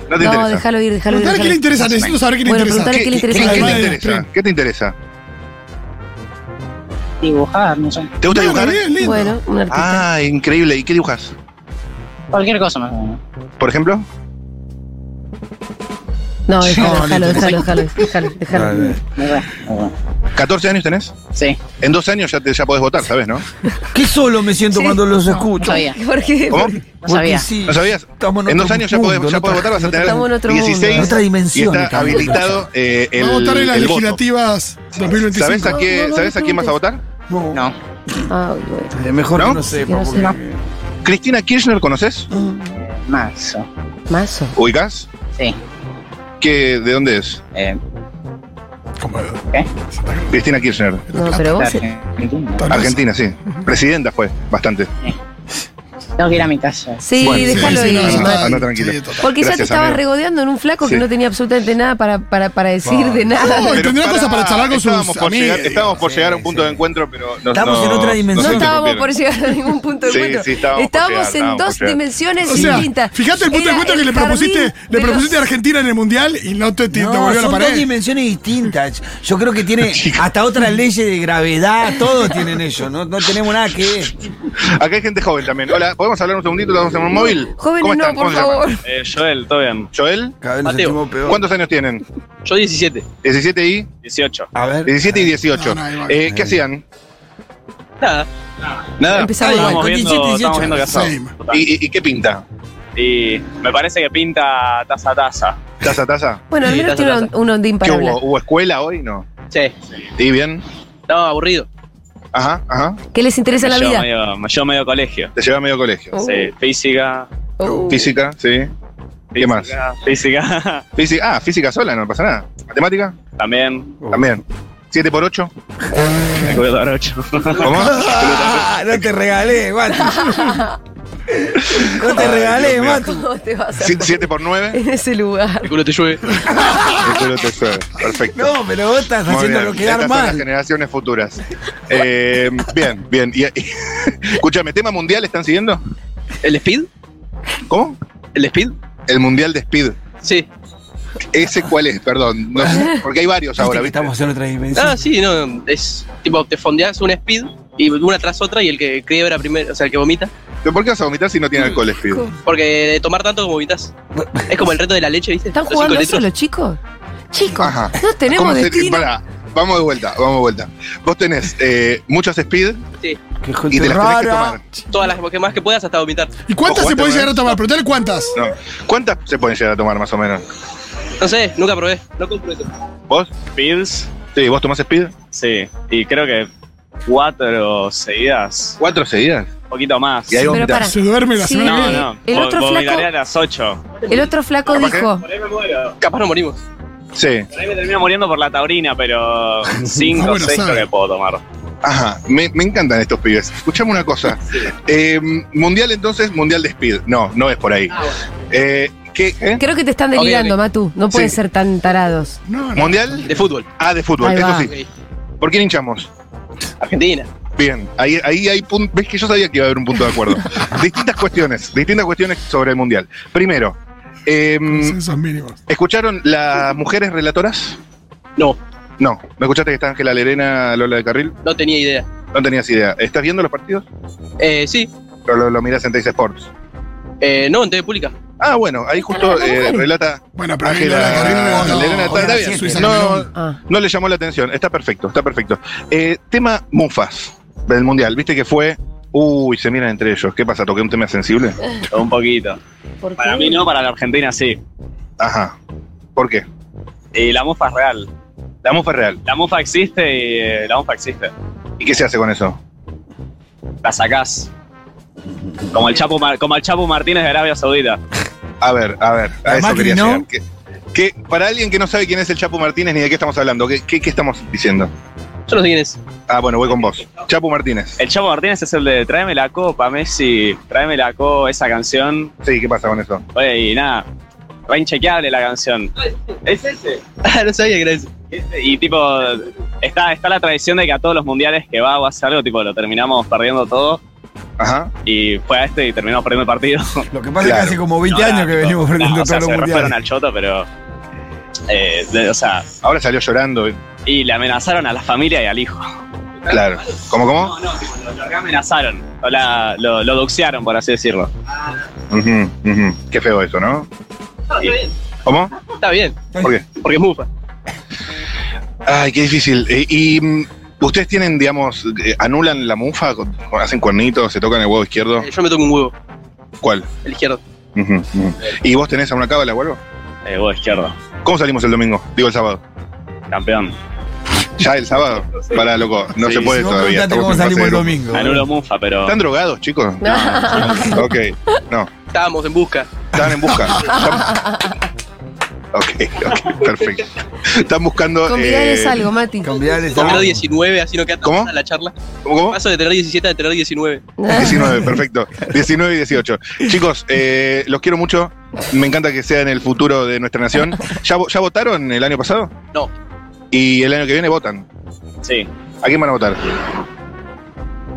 E: te
A: No,
E: interesa.
A: déjalo ir, déjalo ir.
C: Preguntale qué
A: déjalo
C: le
A: ir.
C: interesa, necesito saber qué le
A: Bueno,
C: interesa.
A: preguntale qué le interesa.
E: qué
C: Además
E: te
C: del
E: interesa?
C: stream.
E: ¿Qué te interesa?
F: Dibujar, no sé.
E: ¿Te
C: Bueno,
E: gusta dibujar?
C: bien, lindo.
A: Bueno, un artista.
E: Ah, increíble. ¿Y qué dibujas?
F: Cualquier cosa más o menos.
E: Por ejemplo,
A: No, déjalo,
B: No,
A: déjalo,
B: listo.
A: déjalo, déjalo, déjalo,
B: Ah,
A: déjalo.
B: bien.
F: Muy bueno, muy bueno.
E: 14 años tenés.
F: Sí.
E: En 12 años ya, te, ya podés votar, ¿sabes, no?
B: Qué solo me siento
A: Sí.
B: cuando los
F: No,
B: escucho.
F: No sabía,
A: ¿Por qué?
E: ¿Cómo?
F: no sabía.
B: sí.
E: ¿No sabías?
B: Estamos
E: En dos
B: otro
E: años ya
B: mundo,
E: podés,
B: en
E: ya podés
B: otra-
E: votar, vas a
A: estamos en
E: tener
A: otro mundo.
E: 16
B: En otra
E: y
B: dimensión.
E: está
B: estamos.
E: habilitado eh, el,
C: Vamos a votar en las
E: el voto.
C: legislativas
E: ¿Sabés
C: 2025.
E: a, qué,
A: No, no,
E: ¿sabés a
A: no
E: quién vas a votar?
B: No.
F: No.
A: Ay, bueno.
B: Eh, Mejor
E: ¿No?
B: que no sepa.
A: no
B: porque-
A: sepa.
E: ¿Cristina Kirchner conoces?
F: Mazo.
A: Mazo.
E: ¿Ubicás?
F: Sí.
E: ¿Qué, ¿De dónde es?
F: Eh,
C: Como-
E: Cristina Kirchner.
A: No, pero vos.
F: Argentina.
E: Argentina, sí. Presidenta fue, bastante.
F: Tengo que ir a mi casa.
A: Sí,
E: Bueno,
A: déjalo
E: sí, sí,
A: ir.
E: no, no,
A: Macri.
E: anda tranquilo.
C: Sí, total.
A: Porque ya te
E: Gracias,
A: estabas
E: amigo.
A: regodeando en un flaco que
E: Sí.
A: no tenía absolutamente nada para, para, para decir
B: No,
A: de nada. No,
C: no, y tendría
E: pará,
C: cosas para charlar con sus
E: estábamos por
C: amigas,
E: llegar, Estábamos por
B: sí,
E: llegar a un punto
B: sí.
E: de encuentro, pero nos-
B: Estamos en
E: nos-
B: otra
E: nos
B: dimensión.
A: estábamos por
E: interrumpieron.
A: llegar a ningún punto de
E: Sí,
A: encuentro.
E: sí, estábamos por llegar,
A: en
E: estábamos por
A: dos
E: llegar.
A: dimensiones
C: O sea,
A: distintas.
C: fíjate el punto de
A: Era
C: encuentro que
A: el
C: le propusiste,
A: jardín
C: le
A: de
C: propusiste a
A: los-
C: Argentina en el Mundial y no te, te- te
B: No,
C: volvió a la
B: son dos
C: pared.
B: dimensiones distintas. Yo creo que tiene hasta otras leyes de gravedad, todos tienen ellos. No, no tenemos nada que ver.
E: Acá hay gente joven también. Hola, ¿podemos hablar un segundito? ¿Estamos en un móvil?
A: Jóvenes,
E: ¿Cómo
A: no,
E: están?
A: por
E: ¿Cómo se llaman?
A: favor.
H: Eh, Joel, todo bien.
E: ¿Joel?
B: Cada vez nos
H: Mateo,
B: sentimos peor.
E: ¿Cuántos años tienen?
H: Yo 17,
E: 17 y
H: 18.
B: A ver.
E: 17 y 18.
C: No, no, igual.
E: Eh, ¿Qué hacían?
H: Nada. Nada.
A: Empezamos
B: Ay,
A: igual.
H: Estábamos
B: con
H: viendo,
B: 17,
H: estábamos viendo
B: 18.
H: casado.
C: Same.
H: Total.
E: ¿Y, y- y qué pinta?
H: Y me parece que pinta taza a taza.
E: Taza, taza.
A: Bueno, al
H: Sí,
A: menos
H: taza,
A: tiene un,
H: taza.
A: un ondín
E: ¿Qué
A: para hablar.
E: hubo? ¿Hubo escuela hoy? No.
H: Sí.
E: ¿Y bien?
H: Estaba aburrido.
E: Ajá, ajá.
A: ¿Qué les interesa en la
H: yo,
A: vida?
H: medio, yo medio colegio.
E: Te lleva a medio colegio.
A: Uh,
H: Sí, física.
A: uh.
E: Física, sí. ¿Qué más?
H: física, Física.
E: Física, ah, física sola, no pasa nada. ¿Matemática?
H: También.
B: Uh.
E: También. ¿7 por 8?
H: Me acuerdo ahora ocho.
E: ¿Cómo?
B: Ah, no te regalé, Mati. No te regalé,
E: Dios mío.
B: Mati.
A: ¿Cómo te vas a
E: ¿7 por 9?
A: en ese lugar?
H: El culo te llueve.
E: Perfecto.
B: No, pero vos estás
E: Muy
B: haciéndolo
E: bien.
B: quedar
E: Estas son las
B: mal.
E: generaciones futuras. Eh, bien, bien. Y- y- escúchame, ¿tema mundial están siguiendo?
H: ¿El speed?
E: ¿Cómo?
H: ¿El speed?
E: El mundial de Speed.
H: Sí.
E: ¿Ese cuál es? Perdón. no sé, porque hay varios ahora,
B: Viste que
E: ¿viste?
B: Estamos en otra
H: Ah,
B: dimensión.
H: sí, no. Es tipo, te fondeás un speed y una tras otra y el que quiebra primero, o sea, el que vomita.
E: ¿Pero ¿Por qué vas a vomitar si no tiene alcohol Speed?
H: Porque de tomar tanto como vomitas. Es como el reto de la leche, ¿viste?
A: ¿Están
H: Los
A: jugando
H: cinco
A: eso
H: litros.
A: los chicos? Chicos,
E: Ajá.
A: no tenemos
E: ¿Cómo se-
A: destino.
E: pará, vamos de vuelta, vamos de vuelta. Vos tenés eh, muchas Speed
B: Qué
E: y te
B: gente
E: las tenés que tomar.
B: rara.
H: Todas las que más que puedas hasta vomitar.
C: ¿Y cuántas
E: Ojo,
C: se puede
E: este,
C: llegar a tomar? Preguntale cuántas.
E: No. ¿Cuántas se pueden llegar a tomar más o menos?
H: No sé, nunca probé. No compro eso.
E: ¿Vos?
I: Speeds,
E: Sí, ¿vos tomás Speed?
I: sí. Y creo que cuatro seguidas,
E: ¿Cuatro seguidas?
I: un poquito más.
E: Y ahí
A: Pero
E: vomitas.
A: pará.
C: Se duerme la
A: Ah. Sí.
C: semana que
I: No,
C: viene.
I: no.
A: El
I: Vo-
A: otro flaco- Oh.
I: vomitaré a las ocho.
A: El otro flaco
E: Capaz que-
A: dijo,
I: Por ahí me muero.
H: Capaz no morimos.
E: Sí.
I: Por ahí me termino muriendo por la taurina, pero cinco
C: Ah,
I: o
C: bueno,
I: seis
C: sabe.
I: creo que puedo tomar.
E: Ajá, me, me encantan estos pibes. Escuchame una cosa. Eh, mundial entonces, mundial de speed. No, no es por ahí.
A: Ah,
E: Eh, ¿Qué? eh?
A: creo que te están delirando,
H: Ok,
A: Matu. No pueden
E: Sí.
A: ser tan tarados.
C: No, no.
E: ¿Mundial?
H: De fútbol.
E: Ah, de fútbol,
A: Ahí
E: eso
A: va.
E: sí. ¿Por quién hinchamos?
H: Argentina.
E: Bien, ahí, ahí hay punto. Ves que yo sabía que iba a haber un punto de acuerdo. distintas cuestiones, distintas cuestiones sobre el mundial. Primero, eh,
C: Consensos mínimos.
E: ¿escucharon las mujeres relatoras?
H: No,
E: No, ¿me escuchaste que está Ángela Lerena, Lola de Carril?
H: no tenía idea.
E: No tenías idea. ¿Estás viendo los partidos?
H: Eh, sí.
E: ¿O lo, lo miras en Teis Sports?
H: Eh, no, en TV Pública.
E: Ah, bueno, ahí justo
A: las
E: eh,
A: mujeres.
E: relata
C: Bueno, pero
E: Ángela
C: Lola Carril no-
E: Lerena.
C: no,
E: está- está
C: Lola
E: bien.
C: Suiza
E: No,
C: Melón.
A: Ah.
E: No le llamó la atención, está perfecto, está perfecto. Eh, tema Mufas del Mundial, viste que fue. Uy, se miran entre ellos. ¿Qué pasa? ¿Toqué un tema sensible?
I: Un poquito.
A: ¿por
I: Para
A: qué?
I: mí no, para la Argentina sí.
E: Ajá. ¿Por qué?
I: Y la mufa es real.
E: La mufa es real.
I: La mufa existe y eh, la mufa existe.
E: ¿Y qué se hace con eso?
I: La sacás. Como el Chapo, Mar- como el Chapo Martínez de Arabia Saudita.
E: A ver, a ver, a
B: La
E: eso
B: Macri
E: quería
B: no.
E: llegar. Que, que para alguien que no sabe quién es el Chapo Martínez ni de qué estamos hablando, ¿qué, qué, qué estamos diciendo?
H: Yo no sé quién es.
E: Ah, bueno, voy con vos. Chapo Martínez.
I: El Chapo Martínez es el de tráeme la copa, Messi, tráeme la copa, esa canción.
E: Sí, ¿qué pasa con eso?
I: Oye, y nada, re inchequeable la canción. ¿Es ese?
H: Ah, no sabía que era eso.
I: Y tipo, está, está la tradición de que a todos los mundiales que va o hace algo, tipo, lo terminamos perdiendo todo.
E: Ajá.
I: Y fue a este y terminamos perdiendo el partido.
B: Lo que pasa es
E: Claro.
B: que hace como 20
I: No,
B: años
I: nada,
B: que
I: tipo,
B: venimos
I: no,
B: perdiendo
I: o sea,
B: todos los
I: se rasparon
B: mundiales.
I: al choto, pero. eh, de- o sea,
E: Ahora salió llorando. eh.
I: y le amenazaron a la familia y al hijo.
E: Claro. ¿Cómo, cómo?
I: No, no, tipo, lo, lo amenazaron. O la- lo, lo doxearon, por así decirlo.
E: Ujú, ujú. Qué feo eso, ¿no?
I: Y-
E: ¿Cómo?
H: Está bien,
E: ¿Por qué?
H: porque es mufa.
E: Ay, qué difícil. Eh, y mm, ustedes tienen, digamos, eh, anulan la mufa, con- con- hacen cuernitos, se tocan el huevo izquierdo.
H: Eh, Yo me toco un huevo,
E: ¿Cuál?
H: el izquierdo.
E: Ujú, ujú. ¿Y vos tenés alguna cábala o algo?
I: Eh, vos izquierdo,
E: ¿Cómo salimos el domingo? Digo el sábado.
I: campeón.
E: ¿Ya el sábado? Para, loco, no
I: Sí,
E: se puede
B: Si vos
E: todavía.
B: preguntate
E: estamos
B: cómo
E: en fase
B: salimos
E: de
B: el
E: grupo.
B: domingo.
I: Anulo Mufa, pero.
E: ¿Están drogados, chicos? ok, no.
H: Estábamos en busca.
E: Estaban en busca. Están- ok, ok, perfecto. Están buscando.
A: Convidales
E: eh,
A: algo, Mati.
B: Convidales a-
H: Tener 19, así no queda tan
E: ¿Cómo?
H: mala la charla.
E: ¿Cómo?
H: Paso de tener 17 a tener 19.
E: 19, perfecto. 19 y 18. Chicos, eh, los quiero mucho. Me encanta que sean el futuro de nuestra nación. ¿Ya, vo- ya votaron el año pasado?
H: No.
E: ¿Y el año que viene votan?
I: Sí,
E: ¿A quién van a votar?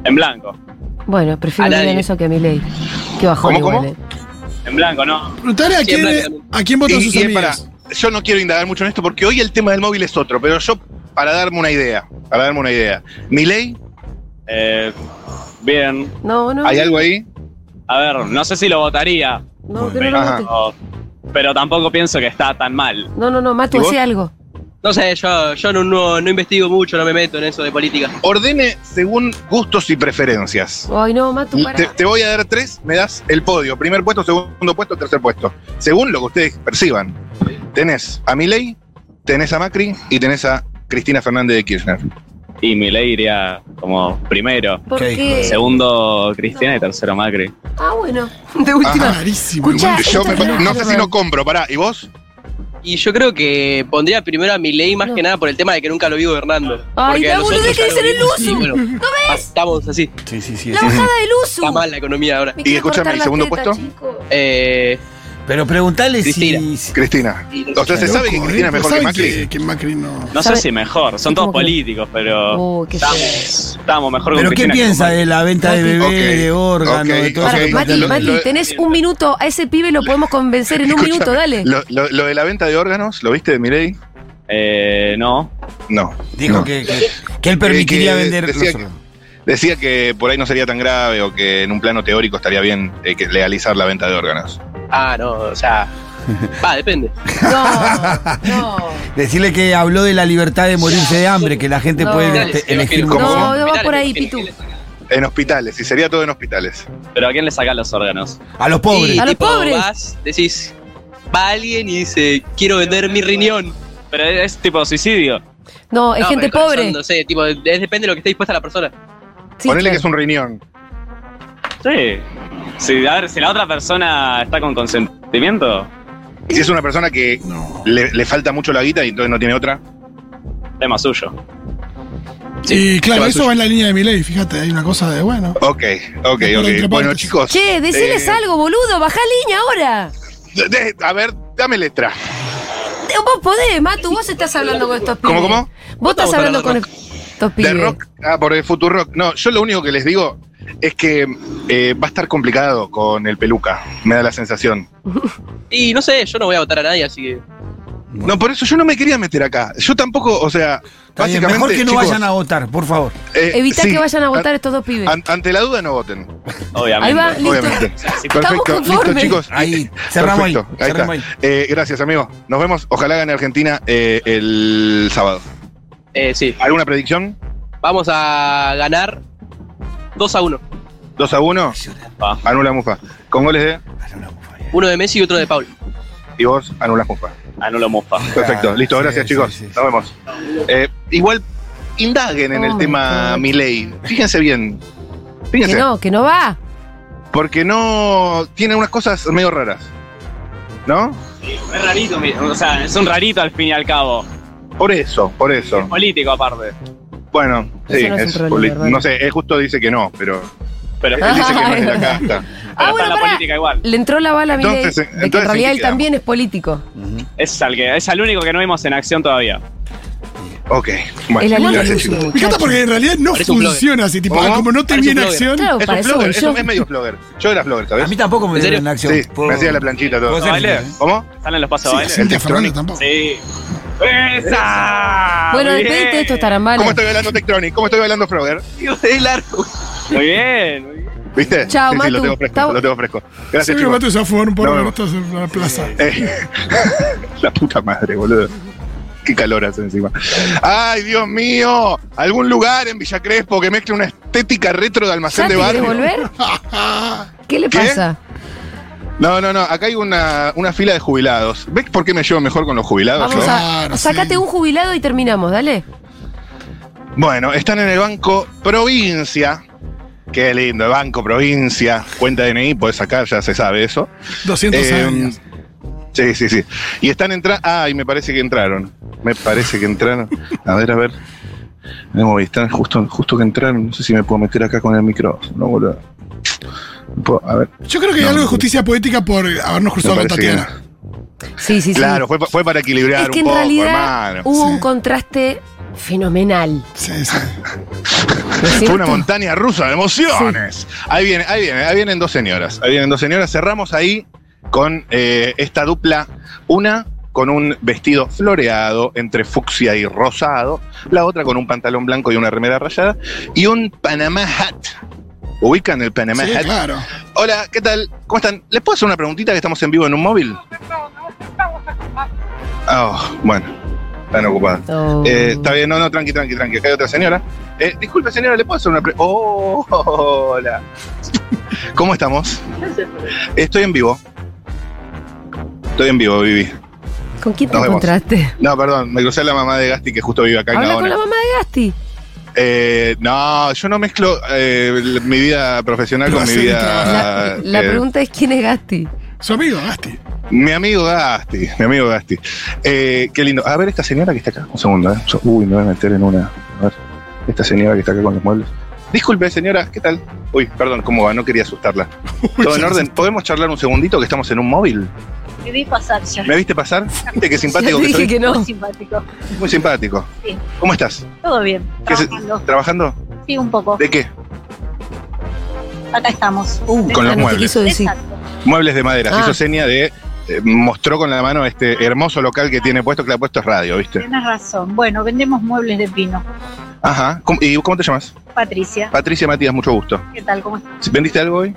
I: en blanco.
A: Bueno, prefiero
H: A
A: que digan
H: nadie.
A: eso que a mi ley. Qué bajón
E: ¿Cómo,
A: igual. eh.
I: En blanco, no.
C: Preguntale a quién,
H: Siempre también.
C: a quién votan
E: Y-
C: sus
E: y es
C: amigos.
E: para- yo no quiero indagar mucho en esto porque hoy el tema del móvil es otro, pero yo, para darme una idea, para darme una idea. ¿Mi ley?
I: Eh, bien.
A: No, no.
E: ¿Hay algo ahí?
I: A ver, no sé si lo votaría,
A: No, que no lo
E: Ajá.
A: vote.
I: o- pero tampoco pienso que está tan mal.
A: No, no, no,
E: ¿Y
A: Matu,
E: vos?
A: hace algo.
H: No sé, yo, yo no, no, no investigo mucho, no me meto en eso de política.
E: Ordene según gustos y preferencias.
A: Ay, no, Matu,
E: Te,
A: pará.
E: te voy a dar tres, me das el podio. Primer puesto, segundo puesto, tercer puesto. Según lo que ustedes perciban. Tenés a Milei, tenés a Macri y tenés a Cristina Fernández de Kirchner.
I: Y Milei iría como primero,
A: ¿Por
B: ¿Qué
A: qué?
I: segundo Cristina y tercero Macri.
A: Ah, bueno. De última.
C: Rarísimo.
A: Escucha.
C: igual.
E: Yo
A: esto
E: me
A: es
E: pa-
A: raro,
E: no sé si
A: raro.
E: no compro, pará. ¿Y vos?
H: Y yo creo que pondría primero a Milei más
A: No.
H: que nada por el tema de que nunca lo vi gobernando.
A: Ay,
H: Porque a
A: la boludez
H: nosotros
A: que
H: ya
A: dicen
H: lo
A: el
H: vimos y,
A: uso.
H: bueno, ah, Estamos así,
B: Sí, sí, sí.
A: La
B: sí.
A: bajada del Ah, uso.
H: está mal la economía ahora.
A: Me quiero
E: escúchame,
A: cortar
E: ¿el
A: las
E: segundo
A: tetas,
E: puesto?
A: chico.
H: Eh,
B: Pero preguntale si,
H: Cristina.
B: si-
E: Cristina.
H: y no
E: O sea,
H: sé.
E: se sabe que
C: Loco,
E: Cristina es
C: ¿eh?
E: mejor que
C: ¿Saben
E: Macri.
C: Que Macri no.
I: No
A: ¿Sabe-
I: sé si mejor, son
A: ¿Cómo
I: todos
A: que-
I: políticos, pero
A: Oh, qué feo.
I: estamos, estamos mejor con
B: ¿Pero qué
I: Cristina que con
B: piensa
I: Macri.
B: de la venta de bebé,
E: Ok,
B: de órganos, de
E: ok,
B: todo
A: Pará,
E: ok.
B: eso?
A: Mati,
E: lo-
A: Mati,
E: lo-
A: tenés un minuto. A ese pibe lo podemos convencer en un
E: Escuchame,
A: minuto, dale.
E: Lo, lo- lo de la venta de órganos, ¿lo viste de Milei?
I: Eh, no.
E: No.
B: Dijo
E: no.
B: que, que- que él permitiría
E: Que- que
B: vender
E: decía
B: los
E: que-
B: órganos.
E: Decía que por ahí no sería tan grave o que en un plano teórico estaría bien eh, que legalizar la venta de órganos.
H: Ah, no, o sea. Va, depende.
A: No, no.
B: Decirle que habló de la libertad de morirse de hambre, que la gente
A: No.
B: puede
A: Dale,
B: este, elegir.
E: ¿Cómo?
A: No,
E: ¿Cómo?
A: no va por ahí, Pitu.
H: Pitu.
E: En hospitales, y sería todo en hospitales.
I: ¿Pero a quién le sacan los órganos?
B: A los pobres.
H: Y,
A: A los
H: tipo,
A: pobres.
H: Vas, decís, va alguien y dice, quiero vender mi riñón.
I: Pero es tipo suicidio.
A: No, es
H: No,
A: gente
H: pero el corazón,
A: pobre.
H: No sé, tipo, es- depende de lo que esté dispuesta la persona.
A: Sí,
E: Ponele que
A: claro.
E: es un riñón.
I: Sí. Sí, a ver, si la otra persona está con consentimiento,
E: Si es una persona que
C: No.
E: le, le falta mucho la guita y entonces no tiene otra.
I: tema suyo.
C: y claro,
E: tema
C: eso
E: suyo.
C: va en la línea de Milei, fíjate, hay una cosa de bueno.
E: Ok, ok,
C: Pero entre
E: ok. Bueno,
C: partes.
E: chicos.
A: Che, deciles
E: eh,
A: algo, boludo. Bajá línea ahora.
E: de- de- a ver, dame letra.
A: Eh, Vos podés, Matu. Vos estás hablando con estos pibes.
E: ¿Cómo, cómo?
A: Vos estás
H: Vamos
A: hablando con
H: para la
A: estos
E: De
A: pibes.
E: rock, ah, por el futuro rock. No, yo lo único que les digo es que eh, va a estar complicado con el peluca, me da la sensación.
H: Y no sé, yo no voy a votar a nadie, así que.
E: No, por eso yo no me quería meter acá. Yo tampoco, o sea,
B: Está bien,
E: básicamente.
B: mejor que no
E: chicos,
B: vayan a votar, por favor.
E: eh,
A: Evitá
E: sí,
A: que vayan a
E: an-
A: votar estos dos pibes.
E: an- ante la duda no voten.
I: Obviamente.
A: Ahí va, listo.
E: Obviamente.
I: Sí,
E: Perfecto, listo
A: conformes.
E: chicos.
B: Ahí, cerramos ahí.
E: Perfecto, ahí
B: cerramos
E: está. Eh, gracias, amigo. Nos vemos. Ojalá gane Argentina eh, el sábado.
H: Eh, sí.
E: ¿Alguna predicción?
H: Vamos a ganar 2 a 1.
E: 2 a 1.
I: Va.
E: Anula Mufa. Con goles de.
H: Uno de Messi y otro de Paul.
E: Y vos anulas Mufa.
I: Anulo mofa.
E: Perfecto. Listo,
B: sí,
E: gracias,
B: sí,
E: chicos.
B: sí, sí.
E: Nos vemos. Eh, igual indaguen en
A: Oh,
E: el tema
A: my God.
E: Milei. Fíjense bien.
A: Que
E: Fíjense.
A: no, que no va.
E: Porque no. Tiene unas cosas medio raras. ¿No?
I: Es rarito, mira, o sea, es un rarito al fin y al cabo.
E: Por eso, por eso.
I: Político aparte.
E: Bueno,
A: Eso
E: sí,
A: no es un
E: es
A: problema,
E: poli-
A: ¿verdad?
E: no sé, él justo dice que no, pero
I: Pero,
E: él
I: pero
E: dice que no
A: Ah,
E: es de acá.
A: es
E: está.
A: Ah,
I: está
A: bueno,
I: en la
A: pará.
I: política igual.
A: Le entró la bala a Milei
E: Entonces,
A: de que en
E: entonces,
A: realidad
E: ¿en qué
A: él
E: quedamos?
A: también es político.
I: Es al, que, es al único que no vimos en acción todavía.
E: Ok. Bueno,
A: Es la línea
E: gracias,
A: del
E: chicos.
A: uso,
E: Es
C: Me encanta
A: muchacho.
C: porque en realidad no
H: Parece un blogger.
C: funciona así, tipo,
E: ¿Cómo?
C: ah, como no te
H: Parece un
C: viene
H: blogger.
C: acción.
A: Claro,
E: un
A: para eso
E: blogger,
A: voy
E: es,
A: yo.
E: un- es medio blogger. Yo era blogger,
B: A
E: ¿sabes?
B: mí tampoco me
H: ¿En
B: dieron
H: serio?
B: en acción.
E: Sí, me hacía la planchita todo.
B: Puedo ser
I: ¿Baile?
B: funcionario.
E: ¿Cómo?
I: ¿Salen los pasos
C: Sí,
I: de
C: Cintia
E: electrónico.
C: Fernández tampoco.
I: baile? Sí. ¡Esa!
A: Bueno,
I: Muy
A: despedite de
I: Ah, bien.
A: estos tarambales.
E: ¿Cómo estoy bailando Tektronic? ¿Cómo estoy bailando Frogger?
H: Es largo.
I: Muy bien, muy bien.
E: ¿Viste?
A: Chao,
E: sí, sí,
A: Matu.
E: lo tengo fresco,
A: Está-
E: lo tengo fresco.
C: Sí,
E: Gracias,
C: mi
E: chicos.
C: mamá te va a fumar un porro
E: No,
C: en
E: no.
C: estos en la plaza.
E: Eh, la puta madre, boludo. Qué calor hace encima. ¡Ay, Dios mío! Algún lugar en Villa Crespo que mezcle una estética retro de
A: ¿Ya
E: almacén
A: te
E: de
A: querés
E: barrio.
A: volver? ¿Qué le
E: ¿Qué?
A: pasa?
E: No, no, no. Acá hay una, una fila de jubilados. ¿Ves por qué me llevo mejor con los jubilados?
A: Vamos
E: no?
A: a.
C: Claro,
A: Sacate
C: sí.
A: un jubilado y terminamos, dale.
E: Bueno, están en el Banco Provincia. Qué lindo, el Banco Provincia. Cuenta DNI, podés sacar, ya se sabe eso.
C: 200
E: Eh,
C: años.
E: Sí, sí, sí. Y están entrando. Ay, me parece que entraron. Me parece que entraron. A ver, a ver. Me moví, están justo, justo que entraron. No sé si me puedo meter acá con el micrófono, boludo. No puedo- A ver.
C: Yo creo que hay
E: no,
C: algo de
E: no.
C: justicia poética por habernos
E: me
C: cruzado con
E: parece que-
C: Tatiana.
A: Sí, sí, sí.
E: Claro, fue, pa- fue para equilibrar
A: es que
E: un
A: en
E: poco,
A: realidad
E: hermano.
A: hubo
C: Sí.
A: un contraste fenomenal.
C: Sí, sí.
A: ¿no es
E: Fue una eh.
A: cierto?
E: montaña rusa de emociones. Ahí viene, ahí viene, ahí vienen dos señoras. Ahí vienen dos señoras. Cerramos ahí con eh, esta dupla. Una con un vestido floreado entre fucsia y rosado. La otra con un pantalón blanco y una remera rayada. Y un Panamá hat. Ubican el Panamá
C: Sí,
E: hat.
C: claro.
E: Hola, ¿qué tal? ¿Cómo están? ¿Les puedo hacer una preguntita que estamos en vivo en un móvil? Ah, bueno. Están ocupadas.
A: Oh.
E: Eh, está bien, no, no, tranqui, tranqui, tranqui. Acá hay otra señora. Eh, disculpe, señora, ¿le puedo hacer una pre Oh, hola. ¿Cómo estamos? Estoy en vivo. Estoy en vivo, Vivi.
A: ¿Con quién te
E: Nos vemos.
A: encontraste?
E: No, perdón, me crucé a la mamá de Gasti que justo vive acá en
A: Habla con
E: Gaona.
A: la mamá de Gasti.
E: Eh, no, yo no mezclo eh, l- mi vida profesional con mi
C: Placer y trabajo.
E: vida.
A: La, la
E: eh,
A: pregunta es quién es Gasti.
C: Su amigo, Gasti.
E: Mi amigo Gasti, mi amigo Gasti. Eh, qué lindo. A ver, esta señora que está acá. Un segundo, eh. Yo- Uy, me voy a meter en una. A ver. Esta señora que está acá con los muebles. Disculpe, señora, ¿qué tal? Uy, perdón, ¿cómo va? No quería asustarla. Todo en orden. ¿Podemos charlar un segundito que estamos en un móvil?
F: Me vi pasar ya.
E: ¿Me viste pasar? ¿Viste qué simpático
A: ya te
E: que
A: dije
E: soy?
A: que no.
F: simpático.
E: Muy simpático.
F: Sí.
E: ¿Cómo estás?
F: Todo bien.
E: ¿Qué se-
F: Trabajando.
E: ¿Trabajando?
F: Sí, un poco.
E: ¿De qué?
F: Acá estamos.
E: con los
A: Ah, no te
E: muebles.
A: quiso decir.
F: Exacto.
E: Muebles de madera. Se
A: Ah.
E: hizo seña de. eh, mostró con la mano este hermoso local que tiene puesto, que le ha puesto es radio, ¿viste?
F: Tienes razón. Bueno, vendemos muebles de pino.
E: Ajá. ¿Cómo- ¿Y cómo te llamas?
F: Patricia,
E: Patricia Matías, mucho gusto.
F: ¿qué tal? ¿Cómo estás?
E: ¿Vendiste algo hoy?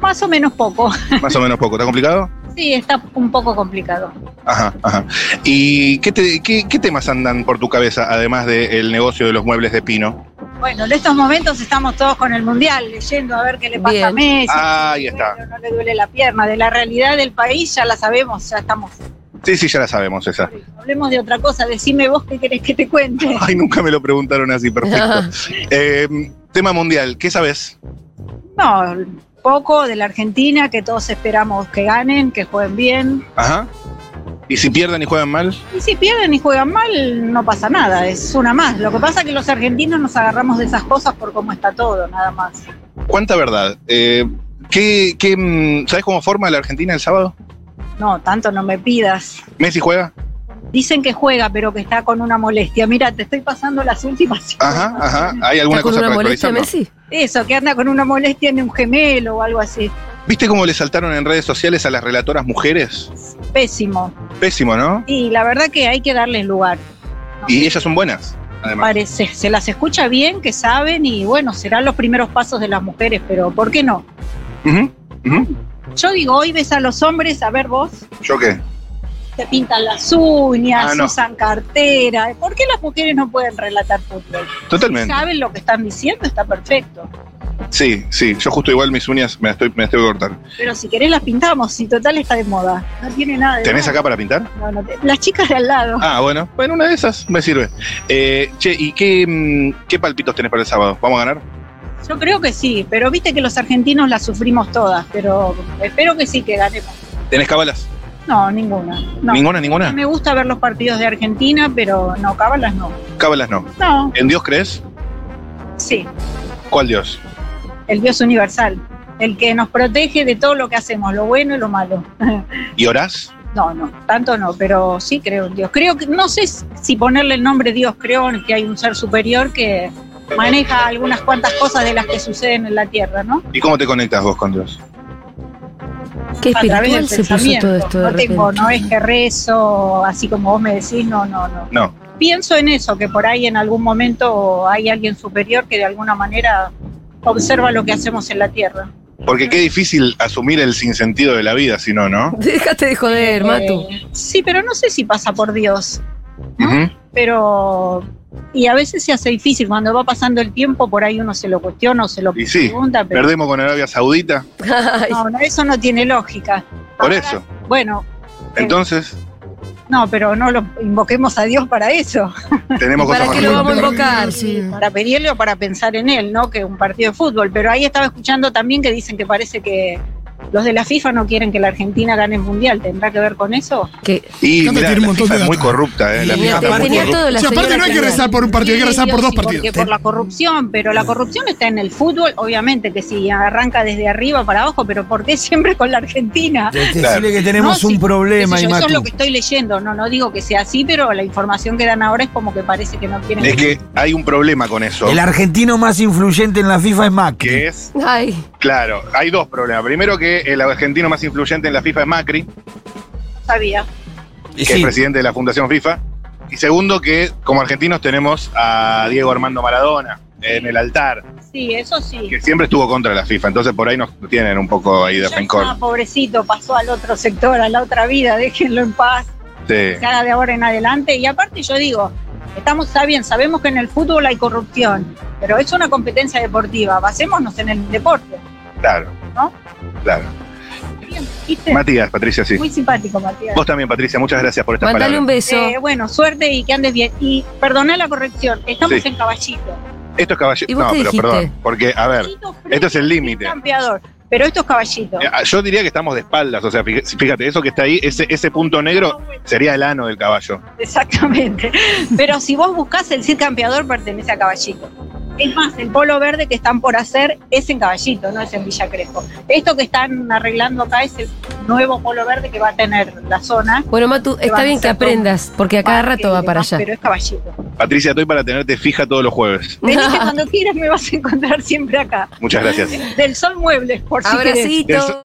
F: Más o menos poco.
E: Más o menos poco. ¿Está complicado?
F: Sí, está un poco complicado.
E: Ajá, ajá. ¿Y qué, te- qué- qué temas andan por tu cabeza, además del negocio de los muebles de pino?
F: Bueno, en estos momentos estamos todos con el mundial, leyendo a ver qué le pasa
A: Bien.
F: a Messi.
E: Ah, Ahí está.
F: Bueno, no le duele la pierna. De la realidad del país ya la sabemos, ya estamos.
E: Sí, sí, ya la sabemos esa.
F: Hablemos de otra cosa. Decime vos qué querés que te cuente.
E: Ay, nunca me lo preguntaron así, perfecto. Eh, tema mundial, ¿qué sabes?
F: No, poco de la Argentina, que todos esperamos que ganen, que jueguen bien.
E: Ajá. ¿Y si pierden y juegan mal?
F: Y si pierden y juegan mal, no pasa nada, es una más. Lo que pasa es que los argentinos nos agarramos de esas cosas por cómo está todo, nada más.
E: ¿Cuánta verdad? Eh, ¿qué, qué, mm, ¿Sabes cómo forma la Argentina el sábado?
F: No, tanto no me pidas.
E: ¿Messi juega?
F: Dicen que juega, pero que está con una molestia. Mira, te estoy pasando las últimas.
E: Ajá, ajá. ¿Hay alguna
A: ¿Está con
E: cosa
A: una
E: para
A: molestia,
E: actualizar? No.
A: Messi?
F: Eso, que anda con una molestia en un gemelo o algo así.
E: ¿Viste cómo le saltaron en redes sociales a las relatoras mujeres?
F: Pésimo.
E: Pésimo, ¿no?
F: Y la verdad que hay que darles lugar.
E: Y ellas son buenas, además.
F: Parece, se las escucha bien, que saben y bueno, serán los primeros pasos de las mujeres, pero ¿por qué no?
E: Ujú, ujú.
F: Yo digo, hoy ves a los hombres, a ver vos,
E: ¿Yo qué?
F: se pintan las uñas,
E: Ah, no.
F: usan cartera. ¿Por qué las mujeres no pueden relatar fútbol? Si
E: Totalmente.
F: saben lo que están diciendo, está perfecto.
E: Sí, sí. Yo justo igual mis uñas me las estoy, me las tengo que cortar.
F: Pero si querés las pintamos, si total está de moda. No tiene nada de
E: ¿Tenés
F: malo.
E: acá para pintar?
F: No, no te- Las chicas de al lado.
E: Ah, bueno. Bueno, una de esas me sirve. Eh, che, ¿y qué, mm, qué palpitos tenés para el sábado? ¿Vamos a ganar?
F: Yo creo que sí, pero viste que los argentinos las sufrimos todas, pero espero que sí que ganemos.
E: ¿Tenés cabalas?
F: No, ninguna. No.
E: ¿Ninguna,
F: No
E: ninguna?
F: Me gusta ver los partidos de Argentina, pero no, cábalas no.
E: Cabalas no.
F: No,
E: ¿En Dios crees?
F: sí,
E: ¿Cuál Dios?
F: el Dios universal, el que nos protege de todo lo que hacemos, lo bueno y lo malo.
E: ¿Y orás?
F: No, no, tanto no, pero sí creo en Dios. Creo que, no sé si ponerle el nombre Dios, creo en que hay un ser superior que maneja algunas cuantas cosas de las que suceden en la tierra, ¿no?
E: ¿Y cómo te conectas vos con Dios?
A: Qué
F: A través del
A: espiritual se puso
F: pensamiento.
A: todo esto de
F: no tengo,
A: repente.
F: no es que rezo, así como vos me decís, no, no, no.
E: No.
F: Pienso en eso, que por ahí en algún momento hay alguien superior que de alguna manera observa lo que hacemos en la tierra.
E: Porque qué difícil asumir el sinsentido de la vida, si no, ¿no?
A: Déjate de joder, Matu.
F: Eh, sí, pero no sé si pasa por Dios.
E: Ujú.
F: pero y a veces se hace difícil cuando va pasando el tiempo por ahí uno se lo cuestiona o se lo
E: Y sí,
F: pregunta pero
E: Perdemos con Arabia Saudita.
A: Ay,
F: no, no, eso no tiene lógica
E: Por
F: Ahora,
E: eso.
F: bueno
E: Entonces,
F: no pero no lo invoquemos a Dios para eso
E: tenemos cosas
A: ¿Para
E: más
A: qué lo vamos a
E: importantes.
A: invocar?
C: Sí.
F: para pedirle o para pensar en él no que un partido de fútbol pero ahí estaba escuchando también que dicen que parece que los de la FIFA no quieren que la Argentina gane el mundial tendrá que ver con eso
A: Que,
E: Y
C: Acá te
E: mirá,
C: tiene un
E: la
C: montón
E: FIFA
C: de
E: es muy
C: data.
E: corrupta, ¿eh? La
C: Y
A: tenía,
E: FIFA es muy
A: tenía
E: corrupta.
A: todo la
C: Si aparte
A: señora
C: no hay que
A: Fernández.
C: rezar por un partido, hay que
F: Sí,
C: rezar por
F: Dios,
C: dos
F: sí,
C: partidos.
F: Porque por la corrupción, pero la corrupción está en el fútbol, obviamente que sí, arranca desde arriba para abajo, pero ¿por qué siempre con la Argentina?
B: De- de-
E: Claro.
B: Decirle que tenemos
F: No, sí,
B: un problema,
F: Qué sé yo, eso es lo
B: Imatu.
F: que estoy leyendo, no, no digo que sea así, pero la información que dan ahora es como que parece que no quieren...
E: Es que hay un problema con eso.
B: El argentino más influyente en la FIFA es Macri.
E: que es,
A: Ay,
E: claro, hay dos problemas. Primero que el argentino más influyente en la FIFA es Macri,
F: No sabía.
E: que
B: Y sí,
E: es presidente de la Fundación FIFA. Y segundo que como argentinos tenemos a Diego Armando Maradona en el altar,
F: Sí, eso sí.
E: que siempre estuvo contra la FIFA. Entonces por ahí nos tienen un poco ahí de
F: Ya
E: rencor.
F: está, pobrecito, pasó al otro sector, a la otra vida, déjenlo en paz.
E: Sí.
F: cada de ahora en adelante. Y aparte yo digo, estamos está bien, sabemos que en el fútbol hay corrupción, pero es una competencia deportiva, basémonos en el deporte.
E: Claro.
F: ¿No?
E: Claro.
F: ¿Viste?
E: Matías, Patricia, sí.
F: Muy simpático, Matías.
E: Vos también, Patricia, muchas gracias por estas
A: Mandale
E: palabras.
A: un beso.
F: Eh, bueno, suerte y que andes bien. Y perdoná la corrección, estamos
E: Sí.
F: en caballito.
E: Esto
A: ¿Y
E: es caballito.
A: vos
E: No,
A: qué
E: pero
A: dijiste?
E: perdón. Porque, a ver,
F: Caballito frío,
E: esto es el
F: sin
E: límite.
F: campeador, pero esto es caballito.
E: eh, yo diría que estamos de espaldas. O sea, fíjate, fíjate, eso que está ahí, ese, ese punto negro sería el ano del caballo.
F: Exactamente. Pero si vos buscás el Cid Campeador, pertenece a Caballito. Es más, el polo verde que están por hacer es en Caballito, no es en Villa Crespo. Esto que están arreglando acá es el nuevo polo verde que va a tener la zona.
A: Bueno, Matu,
F: van
A: está
F: a
A: bien que
F: hacer con-
A: aprendas, porque a cada
F: Parque
A: rato
F: y
A: va para
F: demás,
A: allá.
F: Pero es Caballito.
E: Patricia, estoy para tenerte fija todos los jueves.
F: Venite cuando quieras, me vas a encontrar siempre acá.
E: Muchas gracias.
F: Del Sol Muebles, por si querés.
A: Abracito.